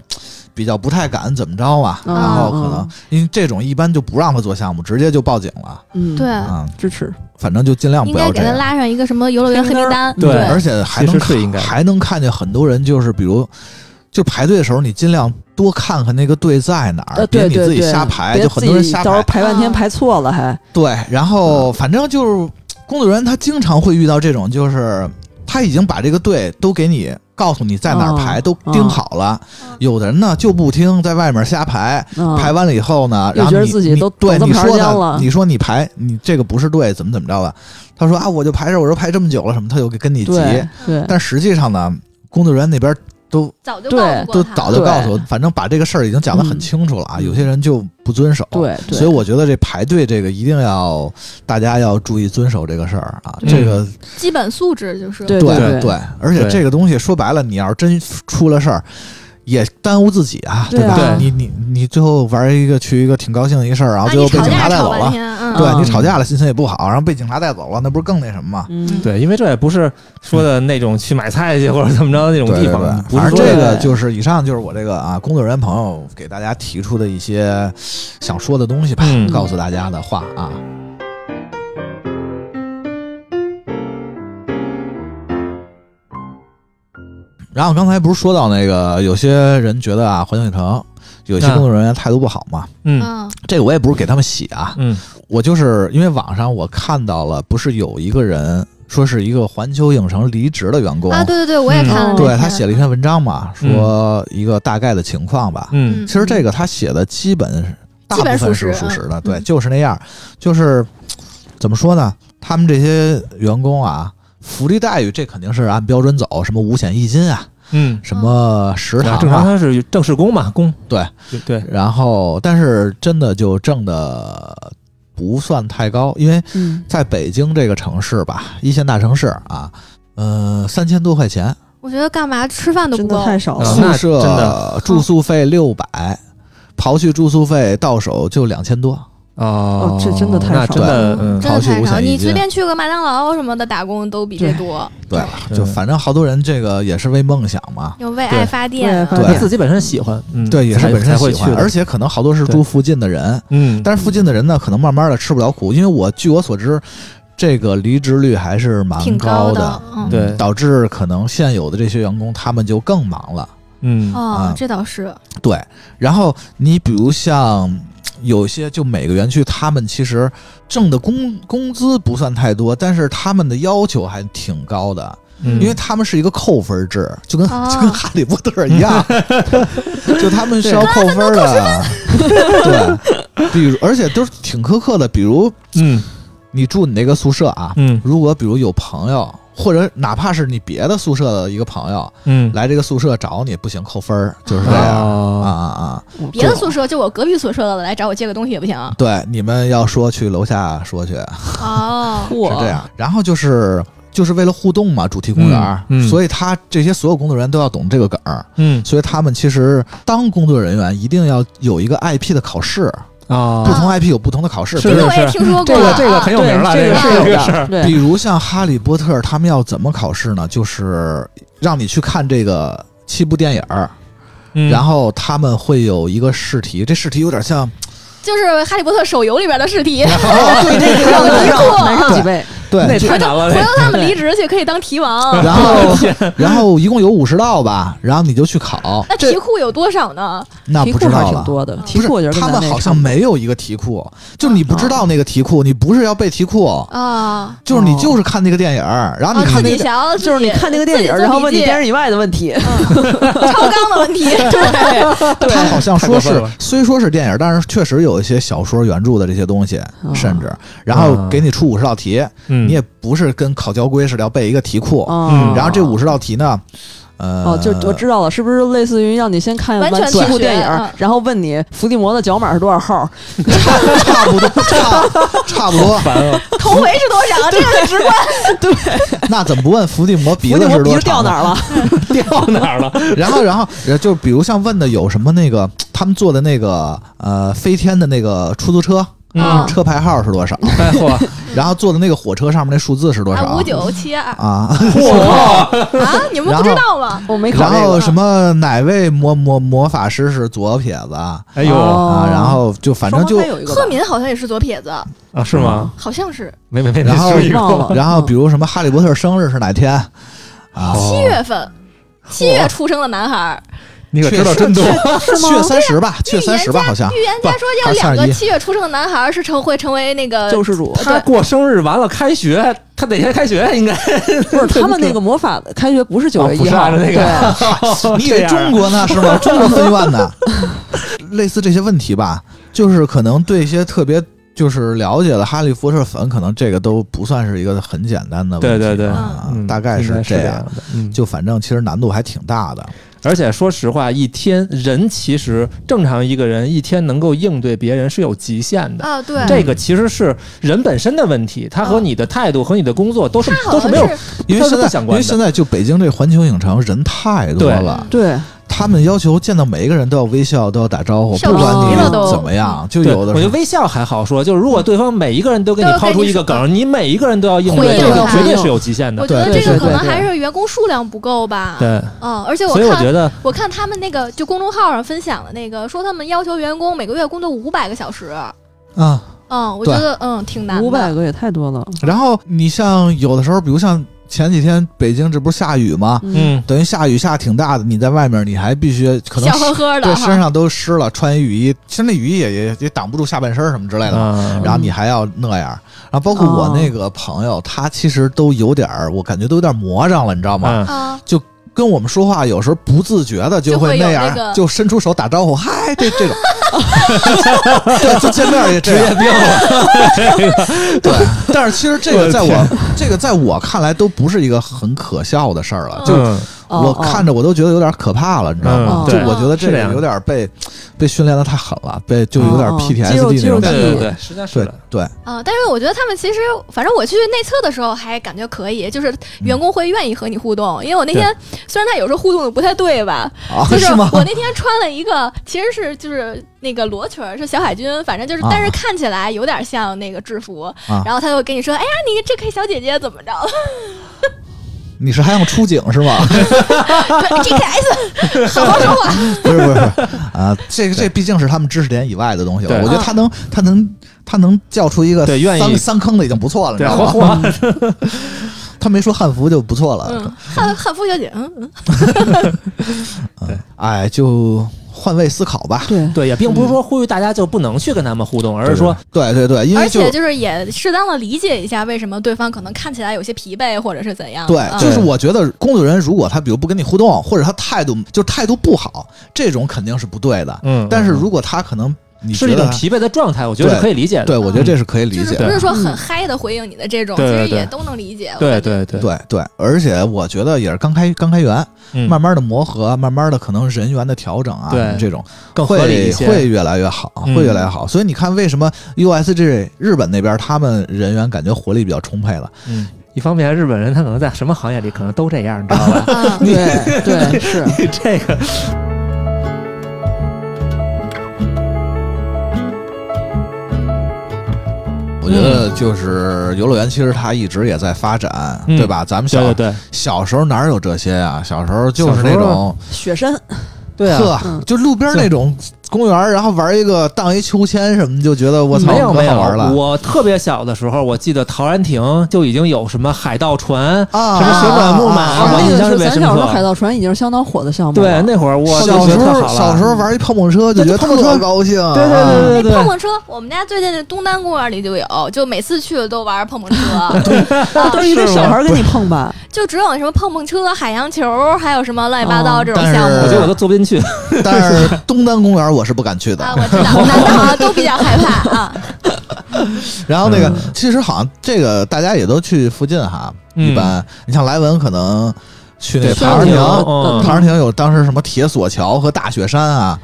比较不太敢怎么着啊，
嗯
然后可能
嗯
因为这种一般就不让他做项目，直接就报警了
嗯，
对，
啊、
支持
反正就尽量
应
不
该
要
给
这
他
样。
拉上一个什么游乐园黑名单，
对
嗯而且还能
其实是应该
看还能看见很多人，就是比如就排队的时候，你尽量多看看那个队在哪儿，
呃，
别
对对
你自
对，
己瞎排，
别
就很
自
多人
己
瞎
到时候
排。
排半天
啊
排错了还，
对，然
嗯
后反正就是工作人员他经常会遇到这种，就是他已经把这个队都给你告诉你在哪儿排，
哦
都盯好了。
嗯
有的人呢就不听，在外面瞎排，
嗯
排完了以后呢，
又
然后
觉得
你
自己
你
都
对
等
你
这么长
说
时间
他
了，
你说你排你这个不是队，怎么怎么着了？他说啊，我就排这儿，我说排这么久了什么，他就跟你急。
对对，
但实际上呢，工作人员那边都
早就
对
告诉过
都
他
早就
对
告诉我，反正把这个事儿已经讲得很
嗯
清楚了啊。
嗯
有些人就不遵守，
对对
所以我觉得这排队这个一定要大家要注意遵守这个事儿啊，
嗯
这个
基本素质就是
对
对
对，
而且
对
这个东西说白了，你要是真出了事儿。也耽误自己啊，
对啊
吧？
对
你你你最后玩一个去一个挺高兴的一事儿，然后
啊，
最
你
后被
吵
警察
架
带
吵
走
半
了，
天，嗯
对
嗯
你吵架了心情也不好，然后被警察带走了，那不是更那什么吗？
嗯，
对，因为这也不是说的那种去买菜去或者怎么着的那种
对
地
对对
方，，不
反
是
正
说
这
的
个就是以上就是我这个啊工作人员朋友给大家提出的一些想说的东西吧，
嗯
告诉大家的话啊。然后刚才不是说到那个有些人觉得啊环球影城有些
嗯
工作人员态度不好嘛，
嗯
嗯
这个我也不是给他们洗啊，
嗯
我就是因为网上我看到了，不是有一个人说是一个环球影城离职的员工
啊，对对对，我也
嗯
看了那篇，
对他写了一篇文章嘛，说一个大概的情况吧。
嗯
嗯，
其实这个他写的基本大部分是属
基本属
实
实
的，对，
嗯
就是那样。就是怎么说呢？他们这些员工啊，福利待遇这肯定是按标准走，什么五险一金啊，
嗯，
什么食堂
啊正常
啊，
他是正式工嘛，工
对
对，
然后但是真的就挣的不算太高，因为
嗯
在北京这个城市吧，一线大城市啊，呃，三千多块钱，
我觉得干嘛吃饭都不
真的
够，
太少
啊
了，
那
哦宿舍
真的
住宿费六百，刨去住宿费到手就两千多。
哦
哦这真的太
那
少
真的
嗯
嗯
真
刨
的
去
太
五
少。
险一
你随
金
便去个麦当劳什么的打工都比这
对
多，
对
嗯，
就反正好多人这个也是为梦想嘛，
要为
对
爱发
为爱
电，嗯
发
对
他自己本身喜欢，嗯，
对，也是
才
本身
才会
喜
去
欢，
的，
而且可能好多是
对
住附近的人，
嗯，
但是附近的人呢，可能慢慢的吃不了苦，因为我据我所知，这个离职率还是蛮
挺
高
高的嗯
对
导致可能现有的这些员工他们就更忙了。
嗯
哦，这倒是，
对，然后你比如像有些就每个园区，他们其实挣的工工资不算太多，但是他们的要求还挺高的，
嗯，
因为他们是一个扣分制，就跟、
哦
就跟哈利波特一样， 就他们是要扣分的。对，比如而且都是挺苛刻的，比如
嗯
你住你那个宿舍啊，
嗯
如果比如有朋友。或者哪怕是你别的宿舍的一个朋友
嗯，
来这个宿舍找你，不行扣分儿，就是这样啊
啊，
啊啊！
别的宿舍就我隔壁宿舍的来找我借个东西也不行。啊
对，你们要说去楼下说去，是
哦，
我
这样。然后就是就是为了互动嘛，主题公园儿，
嗯嗯
所以他这些所有工作人员都要懂这个梗儿，
嗯
所以他们其实当工作人员一定要有一个 IP 的考试，
啊，
不同 IP 有不同的考试。
是
比
这
如
个我也听说过，
这
啊
个这个很有名了，
对
个
这个
这
是
个
有
事儿，
比
对，
如像《哈利波特》，他们要怎么考试呢？就是让你去看这个七部电影儿，
嗯
然后他们会有一个试题，这试题有点 像
就是《哈利波特》手游里边的试题，
哦对对对，让难上难上几倍，
对，
那
就
太难了，
回
那
头他们离职去可以当 题王。
然后然后一共有五十道吧，然后你就去考
那，题
这
库有多少呢？
那
题
不
库
知
还
道
挺
了。
多的，题
不是
库我觉得，跟
他
咱
们
那
好
个
像没有一个题库，就是你不知
嗯
道那个题库，你不是要背题库，
啊，
就是你
哦
就是看那个电影儿，然后
啊
你看
自
那
己
个，
想，
就是你看那个电影，然后问你电视以外的问题，
影超纲的问题，
他好像
太
说
过分
是
了
虽说是电影，但是确实有一些小说原著的这些东西，
哦嗯
甚至然后给你出五十道题，
嗯
你也不是跟考交规似的要背一个题库，
嗯
嗯
然后这五十道题呢，呃，
哦，就我知道了，是不是类似于让你先看
完全
题库
对
电影
嗯，
然后问你伏地魔的脚码是多少 号？
差差不多，差差不多，
烦了，
头围是多
啊
少？这个很直观。
那怎么不问伏地魔鼻
伏
子
地魔
是
鼻
多
子掉
长呢
哪儿了？
掉哪儿了？
然后，然后，然后就比如像问的有什么那个他们做的那个呃飞天的那个出租车，
啊
嗯，
车牌号是多 少？
哎嚯，
然后坐的那个火车上面那数字是多
啊，
少
五？九七二
啊，
嚯，
啊，你们不知道吗？
我没考
然
这
后
个。
什么哪位魔魔魔法师是左撇子啊？
哎呦
哦
啊，然后就反正就
双方还有一个吧
赫敏好像也是左撇子，
啊，是吗？
好像是
没没没，
然后
没注意
忘
过
了，
然后比如什么哈利波特生日是哪天啊？
嗯哦
七月份，七月出生的男孩。
你可知道真多，
七月三十吧，七月三十吧，好像
预言家说
不
要两
还是二十
个
一
七月出生的男孩是成会成为那个
救世主，
他过生日完了开学，他哪天开学啊应该？
不是他们那个魔法的开学不是九
啊
月
不
一
是
号，
按照那个
对，
你以为
啊
中国呢是吗？中国分院呢？类似这些问题吧，就是可能对一些特别就是了解的哈利波特粉，可能这个都不算是一个很简单的问题。
对对对
啊
嗯
大概
应该
这
这
样。
的，嗯，
就反正其实难度还挺大的，
而且说实话，一天人其实正常一个人一天能够应对别人是有极限的。
啊，对，
这个其实是人本身的问题，他和你的态度和你的工作都是
他
都
好
是
像
没有
是
因为
这是
现
不
在
相
因
关
为
的
现在就北京这环球影城人太多
对
了，
对，
他们要求见到每一个人都要微笑，都要打招呼，
上
不管
级了
你
都
怎么样，就
对
有的
我觉
时
得
候
微笑还好说，就是如果对方每一个人都给你
都要
抛出
跟你
一个
说
梗，你每一个人都要应
回
对，
应
这个
他
绝对是有极限
我
的。
觉得
对
这
对
个可能
对对
还是员工数量不够吧。
对，
嗯，而且我
所以我
看
觉得
我看他们那个就公众号上分享的那个，说他们要求员工每个月工作五百个小时。
啊。
嗯，我
对
觉得嗯挺难的。
五百个也太多了。
然后你像有的时候，比如像前几天北京这不是下雨吗？
嗯，
嗯，
等于下雨下挺大的，你在外面你还必须可能
笑呵呵的
对
哈
身上都湿了，穿一雨衣，其实那雨衣也也也挡不住下半身什么之类的嘛。
啊
然后你还要那样，然后包括
哦
我那个朋友，他其实都有点儿，我感觉都有点魔障了，你知道吗？
嗯
啊，
跟我们说话有时候不自觉的就会
就会有
样，
那个
就伸出手打招呼，嗨，这 这种，对，就见面也职业病了。 对，但是其实这
我
个
的
在
天
我这个在我看来都不是一个很可笑的事儿了，就
嗯
哦
我看着我都觉得有点可怕了，你知道吗？
嗯
就
对
我觉得这
是这
个
样
有点被被训练的太狠了，被就有点
哦哦肌肉
PTSD 那
肌肉
种
记
感
忆
对
觉。
对对，实在是
对
的。
对，
啊、但是我觉得他们其实，反正我去内测的时候还感觉可以，就是员工会愿意和你互动，因为我那天虽然他有时候互动的不太对吧，
啊，
就是
吗？
我那天穿了一个其实是就是那个罗裙儿，是小海军，反正就是，
啊
但是看起来有点像那个制服，
啊
然后他就跟你说，哎呀，你这可以小姐姐怎么着？
你是还想出警是吗？
GTS，好好说话。
不是不是不是啊，这个这毕竟是他们知识点以外的东西了。
对
我觉得他能他能他能叫出一个
对愿意
三三坑的已经不错了，你知
对，
道
活
吗？
活
他没说汉服就不错了。
嗯，汉汉服小姐，嗯嗯，
对
哎，就换位思考吧。
对，
对，也并不是说呼吁大家就不能去跟他们互动，而是说
嗯对对对，因为
嗯而
就
且就是也适当的理解一下为什么对方可能看起来有些疲惫或者是怎样。
对，就
嗯
是我觉得工作人员如果他比如不跟你互动，或者他态度就是态度不好，这种肯定是不对的。
嗯
但是如果他可能你
是
觉
一种
得
疲惫的状态，我觉得
对
是可以理解的。
对，我觉得这是可以理
就是
解
不
的。
是说很
嗯
嗨的回应你的这种，其
对对
实
对
也都能理解。
对对对，
对对，而且我觉得也是刚开刚开源，
嗯
慢慢的磨合，慢慢的可能人员的调整啊，
对
这种
更合理
会
一些。
会越来越好，
嗯
会越来越好。所以你看，为什么 USG 日本那边他们人员感觉活力比较充沛了？
嗯，一方面日本人他可能在什么行业里可能都这样，你知道 吧？
嗯
对对是，
这个嗯
我觉得就是游乐园，其实它一直也在发展，
嗯
对吧？咱们小
对对
小时候哪有这些啊？小时候就是那种
雪山
对对啊，
呵
嗯
就路边那种公园，然后玩一个荡一秋千什么，就觉得我操，
没有
可
没有
好玩了
我特别小的时候，我记得陶然亭就已经有什么海盗船，
啊！
什么旋转木马
啊
我
啊
印
那个时
象特
候，
别
咱
深
小时候
刻
海盗船已经是相当火的项目
对
了，
那会儿我就
小
觉
时
得特
候
好了
小时候玩一碰碰车，就觉得特高兴啊。
对对对对
那碰碰车，我们家最近的东单公园里就有，就每次去都玩碰碰 车，
那都是因为啊小孩儿跟你碰吧，
就只有什么碰碰车、海洋球，还有什么乱七八糟这种
但是
项目
我觉得我都坐不进去。
但是东单公园我是不敢去的
啊，。我知道，男的好像都比较害怕啊。
然后那个，其实好像这个大家也都去附近哈。
嗯
一般你像莱文可能去那
对
个
陶
陶然
然
亭，
亭
陶然亭有当时什么铁索桥和大雪山啊，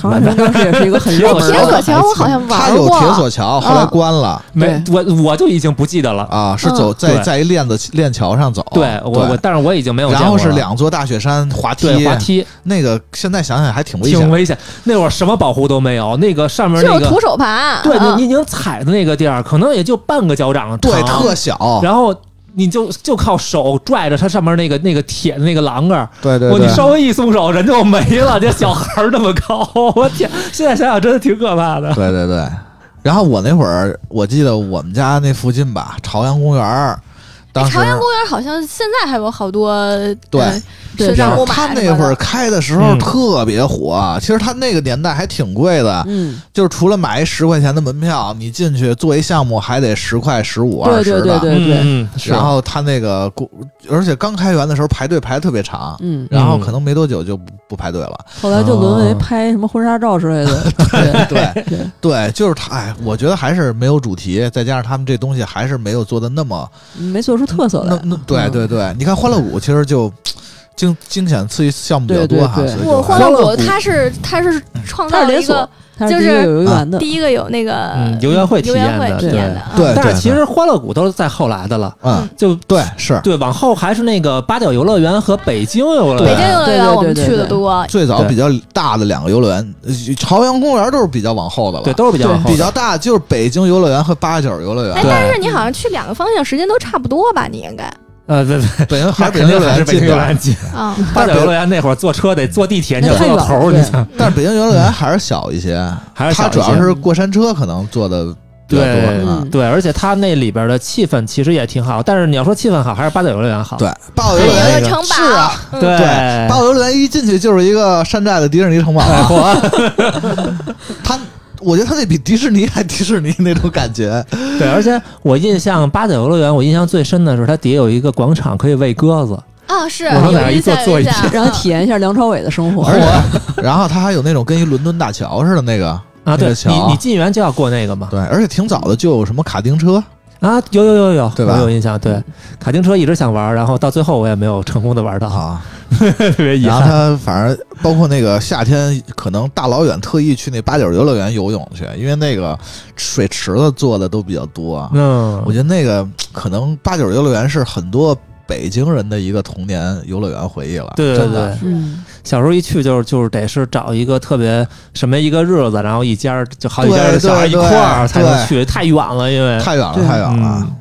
唐人街当时也是一个很
铁
热
我
门
知
铁
道
索桥我好像
它
玩
有铁
过，
索桥，后来关了
没，我我就已经不记得了。
啊，是
嗯
走在
对
在一链子链桥上走。
对我我，但是我已经没有见
哦然后
过
是
了
两座大雪山滑梯
对，滑梯，
那个现在想想还挺危
挺
险的。
危险。那会儿什么保护都没有，那个上面
就
那
有
个
徒手爬，
对
嗯
你你您踩的那个地儿，可能也就半个脚掌
对，
长
特小，
然后你就就靠手拽着它上面那个那个铁那个栏杆儿，
对对
我你
对，
稍微一松手，人就没了。这小孩儿那么高，我天！现在想想真的挺可怕的。
对对对。然后我那会儿，我记得我们家那附近吧，朝阳公园儿，当时
哎朝阳公园好像现在还有好多
对
呃
对
水上
然
木
后
马
他
什
那
么
会儿
的
开的时候
嗯
特别火，其实他那个年代还挺贵的，
嗯，
就是除了买一十块钱的门票，你进去做一项目还得十块、十五、二
对
十
对
的。
对对对，
嗯，嗯是
然后他那个公，而且刚开园的时候排队排得特别长，
嗯，
然后可能没多久就不不排队了。
后来就沦为拍什么婚纱照之类的，对
对
对
哎对，就是他，哎，我觉得还是没有主题，再加上他们这东西还是没有做的那么
没做出特色
那
来，
那
嗯
对对对，你看欢乐谷其实就惊惊险刺激项目比较
对对
多哈，
对
所以就
我
还
欢乐谷，它是它是创
它是
造了
连
一个
锁，它是第一个
就是
有游园的，
第一个有那个
嗯游园会体
游园
验
会
的
体验的，啊
对，
但
对
是其实欢乐谷都是在后来的了，
嗯
就
对是
对往后还是那个八角游乐园和北京游乐
北
园。
京游乐
对对
园
对
我们
对
去的
对
多，
最早
对
比较大的两个游乐园，呃朝阳公园都是比较往后的了，
对，都是比较往后的
比较大就是北京游乐园和八角游乐
哎，
园，
但是你好像去两个方向时间都差不多吧？你应该
呃，对对，
北京还
那
是北
肯
京游
定
乐园近点
还是北京游乐
儿，
园近。
啊，
八角游乐园那会儿坐车得坐地铁，你
那
得
太
坐到
远
头儿，
了
你
对
想
但是北京游乐园还是小一些，
还是
它
小
主
一
要
些
是过山车可能做的比较
对
多啊。
嗯
对，而且它那里边的气氛其实也挺好，但是你要说气氛好，还是八角游乐园好。
对，八角游
还有
乐
一
园
个城堡，
是啊，
嗯
对
对，八角游乐园一进去就是一个山寨的迪士尼城堡啊，
哎
它我觉得它那比迪士尼还迪士尼那种感 觉，
对，而且我印象八角游乐园，我印象最深的是它底下有一个广场可以喂鸽子，
啊，是
我说哪
有
儿一
印
坐
象
坐
有
一
印象，
然后体验一下梁朝伟的生活，
而且然后它还有那种跟一伦敦大桥似的那 个。
啊，
那
对
个
你
桥
你进园就要过那个嘛，
对，而且挺早的就有什么卡丁车，
啊，有有有有，
对吧嗯
我有印象，对，卡丁车一直想玩，然后到最后我也没有成功的玩 到，
啊，
特别遗
然后
憾。
他反正包括那个夏天，可能大老远特意去那八角游乐园游泳去，因为那个水池子做的都比较多。
嗯，
我觉得那个可能八角游乐园是很多北京人的一个童年游乐园回忆了。
对对
真的
对，
嗯，
小时候一去就是就是得是找一个特别什么一个日子，然后一家儿就好几家儿的
对
小孩
对
一块儿
对
才能去，太远了，因为
太远了，
对
太远了
嗯。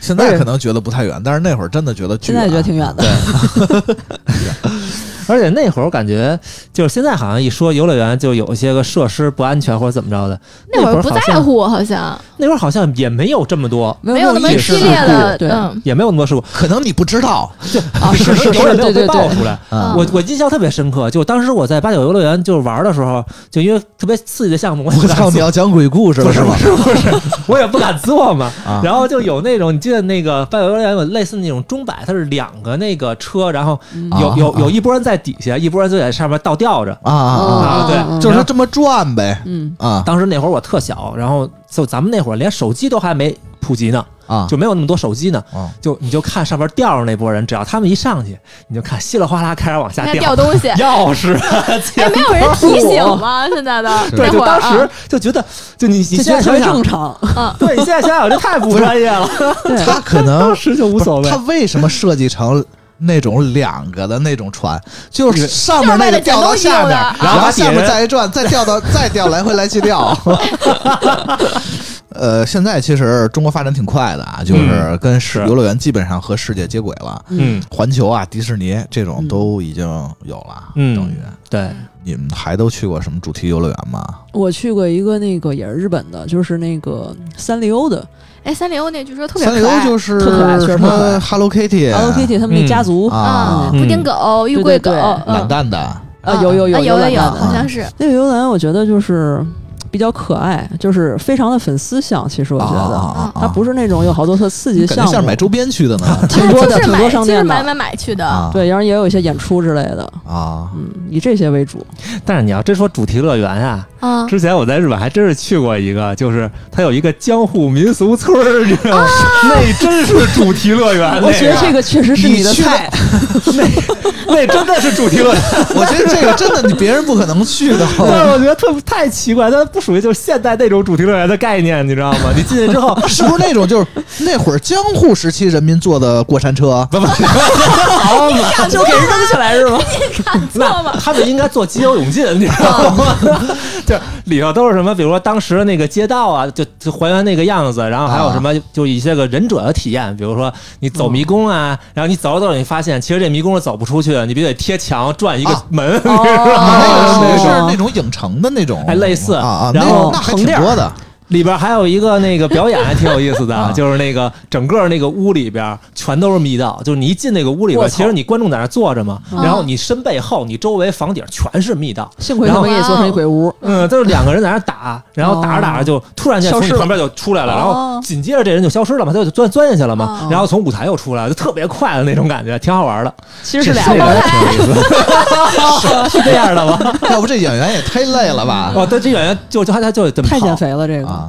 现在可能觉得不太远，但是那会儿真的觉得巨
现在觉得挺远的。
而且那会儿我感觉，就是现在好像一说游乐园，就有一些个设施不安全或者怎么着的。
那会
会
儿
儿
不
好
在
像，
乎，好像
那会儿好像也没有这么多，
没
有那么
意
激
识
烈的，
对
嗯，
也没有那么多事故，
可能你不知道，
啊，是是是，
有点没有
对
被
对
爆
对，
出来。
嗯
我我印象特别深刻，就当时我在八九游乐园就是玩的时候，就因为特别刺激的项目，我也
我
不
操，
敢
你
做，
要讲 鬼故事了是吗？
我也不敢做嘛。
啊，
然后就有那种，你记得那个八九游乐园有类似那种钟摆，它是两个那个车，然后
嗯
有
啊
有
啊
有一波人在底下，一波人就在上面倒吊着。
啊啊啊，
啊对
嗯
就是他这么转呗
嗯，
啊
当时那会儿我特小，然后就咱们那会儿连手机都还没普及呢，
啊，
就没有那么多手机呢。
啊
就你就看上边吊着那波人，只要他们一上去，你就看稀里哗啦开始往下
那
掉，
掉东西
钥匙啊，
哎，
钱
没有人提醒吗？现在的
对，
那
就
会儿
当时就觉得，就你你
这
现
觉得特
在想
别正
想，
常。
啊，
对，你现在想想这太不专业了。
对，
他可能
当时就无所
不
谓
是他，为什么设计成那种两个的那种船？就是上面那个掉到下面，
就是为了捡东西用的
然后
然
把
后
底下
下面
人
再一 转，再掉到再掉，来回来去掉。呃，现在其实中国发展挺快的啊，就是跟世
嗯是
游乐园基本上和世界接轨了。
嗯
环球啊，迪士尼这种
嗯
都已经有了，
嗯
等于
对，
你们还都去过什么主题游乐园吗？
我去过一个那个也是日本的，就是那个三丽鸥的
哎，三丽鸥那据说特别
三丽
可
鸥
爱，
就是
特可爱确实
什
特可爱
么 Hello Kitty、
Hello Kitty 他们那家族
啊
啊，
嗯
布丁狗、玉桂狗，
对对对
懒
嗯
蛋的，
啊，有有
啊
有
有
有懒蛋
有，
的
好像是
那个游乐园我觉得就是比较可爱，就是非常的粉丝向。其实我觉得，
啊
它不是那种有好多特刺激的
感觉
项
像是
目
买，周边去的呢
挺多的
就是
挺
买
多商
就是
店
买
的。
买买去的，
啊
对，然后也有一些演出之类的，
啊
嗯，以这些为主。
但是你要真说主题乐园啊，
啊，
之前我在日本还真是去过一个，就是它有一个江户民俗村儿，你
啊
知道吗？那真是主题乐园，
我觉得这个确实是
你
的
去的
菜，
那真的是主题乐园。
我觉得这个真的你别人不可能去的。
但是我觉得特太奇怪，它不属于就是现代那种主题乐园的概念，你知道吗？你进去之后，
是不是那种就是那会儿江户时期人民坐的过山车？
不不， 好嘛，
就给扔起来是吗？
那他们应该做激流勇进，你知道吗？ 就是里头都是什么，比如说当时那个街道啊，就就还原那个样子，然后还有什么，就一些个忍者的体验，比如说你走迷宫啊，然后你走着走着，你发现其实这迷宫是走不出去，你必须得贴墙转一个
啊
门，你知
你
道吗？
那个
哦
是那种影城的那种，
哎类似
啊啊，
然后
那那还
横
挺
店儿
多的
里边还有一个那个表演还挺有意思的，
啊
就是那个整个那个屋里边全都是密道，就是你一进那个屋里边，
我操
其实你观众在那坐着嘛，
嗯
然后你身背后，你周围房顶全是密道。
幸亏他们给你做成一鬼屋，
嗯，都是两个人在那打，然后打着打着就突然间从
消
你
失了
旁边就出来了，然后
哦
紧接着这人就消失了嘛，他就钻钻进去了嘛，
哦
然后从舞台又出来了，就特别快的那种感觉，挺好玩的，
其实是俩
双胞
人。
胎，
是这样的吗？
要不这演员也太累了吧？
哦，对，这演员就就他他就这么
太
跑
减肥了，这个
啊，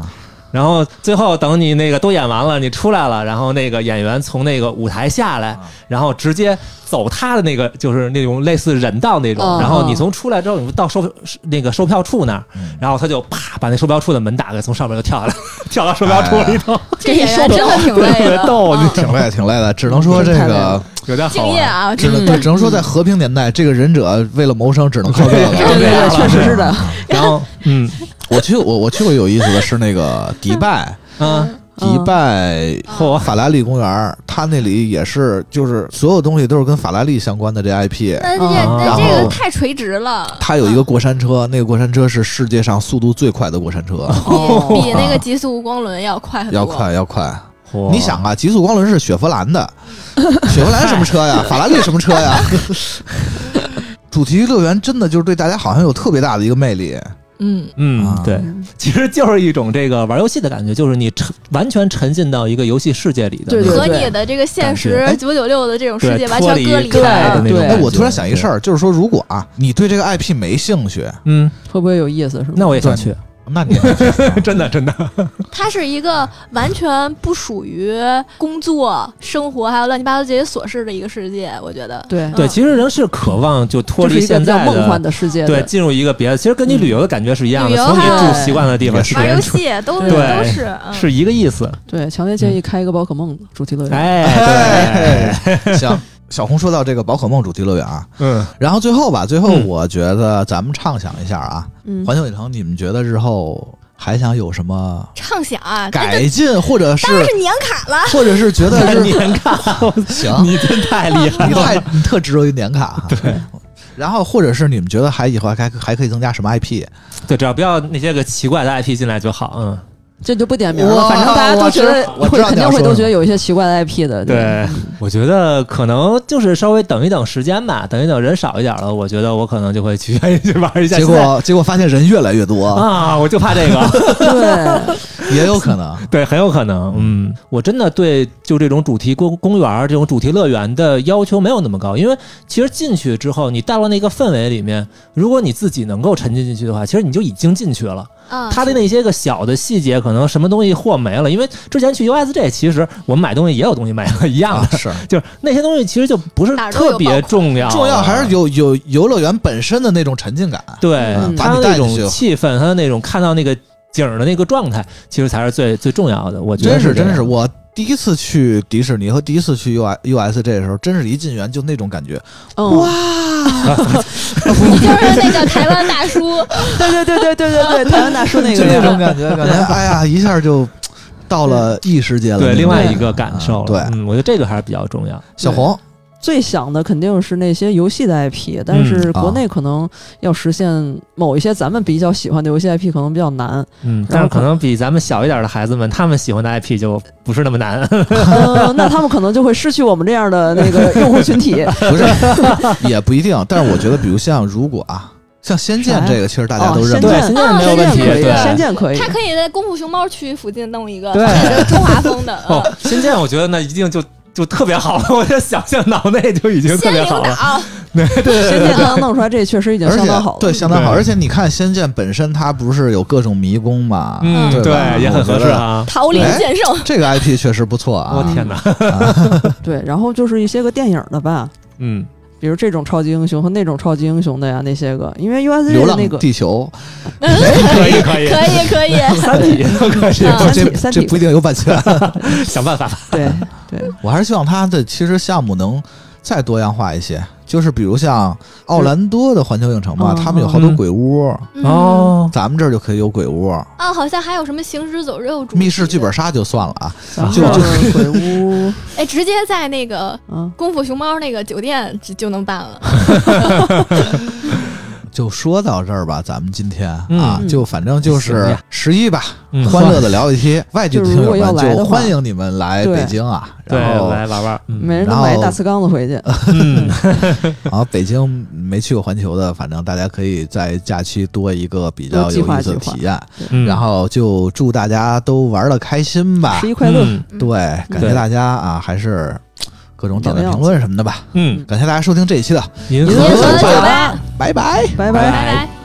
然后最后等你那个都演完了，你出来了，然后那个演员从那个舞台下来，然后直接走他的那个就是那种类似人道那种，
嗯
然后你从出来之后，你到售那个售票处那儿，
嗯
然后他就啪把那售票处的门打开，从上面就跳下来，跳到售票处里头，
这演员真的挺
特
累
别
的，
逗，
嗯
你
挺累挺累的，只能说这
太累
个
了
有点好
敬业
玩。
啊，
只
真
能
的。
对，只能说在和平年代，这个忍者为了谋生只能靠这个。
对
对
对对，确实 是的。
然后嗯
我去我我去过有意思的是那个迪拜，
嗯，
迪拜
嚯，
法拉利公园儿，它那里也是，就是所有东西都是跟法拉利相关的这 IP。
那这
然
那
后
这个太垂直了，
它有一个过山车，那个过山车是世界上速度最快的过山车，
比
哦
比那个极速光轮要快很 多，
要快要快。
嚯
你想啊，极速光轮是雪佛兰的， 雪佛兰什么车呀？法拉利什么车呀？主题乐园真的就是对大家好像有特别大的一个魅力。
嗯，
嗯
啊，
对，其实就是一种这个玩游戏的感觉，就是你沉完全沉浸到一个游戏世界里的那
对
种，
和你的这个现实
感觉
九九六的这种世界完
脱
全
离
隔离
对
了
对。
的那种
哎，
感觉。
我突然想一事儿，就是说，如果啊，你对这个 IP 没兴趣，
嗯，
会不会有意思？是吗？
那我也想去，
那你
真的真的。
它是一个完全不属于工作、生活还有乱七八糟这些琐事的一个世界，我觉得。
对
对，
嗯
其实人是渴望就脱
就是
离
一个
现
比较
在
梦幻的世界
对，
的。
进入一个别的，其实跟你旅游的感觉是一样的，
旅游
从你
还
有
住习惯的地方
也是
去别
玩
人
哎
游
住。
戏都
对
都是，嗯
是一个意思，
对，强烈建议开一个宝可梦主题乐园。
哎，
哎， 行。小红说到这个宝可梦主题乐园啊，
对，嗯，
然后最后吧，最后
嗯
我觉得咱们畅想一下啊，
嗯，
环球影城，你们觉得日后还想有什么
畅想啊，这
改进，或者是
当然是年卡了。
或者是 觉得是
年卡，我
行，
你真太厉害
嗯
你
了。
太你特执着于年卡。对。然后，或者是你们觉得还以后还还可以增加什么 IP？
对，只要不要那些个奇怪的 IP 进来就好。嗯，
这就不点名了，
哇
反正大家都觉得
我知道我
会
知道
肯
你
定
要
会
说
都
什么
觉得有一些奇怪的 IP 的。
对，我觉得可能就是稍微等一等时间吧，等一等人少一点了，我觉得我可能就会去 愿意去玩一下。
结
现在
果结果发现人越来越多，
啊，我就怕这个。
对，
也有可能。
对，很有可能。嗯，我真的对就这种主题公公园儿、这种主题乐园的要求没有那么高，因为其实进去之后，你到了那个氛围里面，如果你自己能够沉浸进去的话，其实你就已经进去了。
嗯，
它的那些个小的细节，可能什么东西货没了，因为之前去 USJ，其实我们买东西也有东西没了，一样
啊
的，，
是
就是那些东西其实就不是
哪儿都有
特别重要，
重要还是。有有游乐园本身的那种沉浸感。啊
对
嗯，
它
把
的那
你带进去
种气氛，它的那种看到那个景儿的那个状态，其实才是最最重要的。我觉得
真是
这
真是，
样
我第一次去迪士尼和第一次去 U I U S J 的时候，真是一进园就那种感觉，
嗯，
你就是那个台湾大 叔，
哎
对对对对对对对，台湾大叔那
就
个
那
人
种感觉，感觉哎呀，一下就到了异世界了。
对
那种
另外
感
一
觉
个感
嗯
受了。
对，
嗯，我觉得这个还是比较重要。
小红
最想的肯定是那些游戏的 IP，但是国内可能要实现某一些咱们比较喜欢的游戏 IP 可能比较难。
嗯，
然后
但是可能比咱们小一点的孩子们，他们喜欢的 IP 就不是那么难。
嗯，那他们可能就会失去我们这样的那个用户群体。
不是 也不一定，但是我觉得，比如像如果啊，像《仙剑
啥》呀
这个，其实大家都
哦
认
仙
为
剑
对仙剑没有问题
仙剑可以，
对
仙剑可以
他。可以在功夫熊猫区附近弄一个
对
中华风的，
哦
嗯，
仙剑我觉得那一定就就特别好了，我这想象脑内就已经特
仙
别
灵
好了。
岛，
仙剑能弄出来，这确实已经
而
相当
且
好了
对。相当好，
对
而且你看《仙剑》本身它不是有各种迷宫嘛，
嗯，
对吧
对，也很合适。啊。
桃林剑圣，
我觉得这个 IP 确实不错啊，
我天哪，
对，然后就是一些个电影的吧，
嗯，
比如这种超级英雄和那种超级英雄的呀，那些个，因为
《
USJ
流
的
浪
嗯那个
地球
可以可以，
可以 可以，
三体都可以，
啊》
三
这
体三
这
体
不一定有版权，
想办法吧。
对对，
我还是希望它的其实项目能再多样化一些，就是比如像奥兰多的环球影城嘛，
嗯
他们有好多
嗯
鬼屋，
嗯，
哦
咱们这儿就可以有鬼屋。
嗯
啊，好像还有什么行尸走肉主题
密室剧本，杀就算了啊，
咱们
就
这
就
儿鬼 屋，
哎，直接在那个
嗯，
功夫熊猫那个酒店就就能办了。
就说到这儿吧，咱们今天
嗯
啊，就反正就
行
是
呀
十一吧，
嗯
欢乐的聊一期。外地的听友
嗯就是如果要
们
来
就
的话
欢迎你们来北京啊，
对，
然后
来玩玩。嗯
每人都
然
买一
后啊
大瓷缸子回去。
嗯，
然后北京没去过环球的，反正大家可以在假期多一个比较有
多计划
意思的
计划
体验。
嗯
然后就祝大家都玩的开心吧
十，一快乐，
嗯
嗯
对，感谢
对
大家啊，还是各种点
怎么
赞
样
评论什么的吧。
嗯，
感谢大家收听这一期的，
银
银河
酒
酒
吧，
吧，
拜拜。
拜
拜
拜。
拜拜。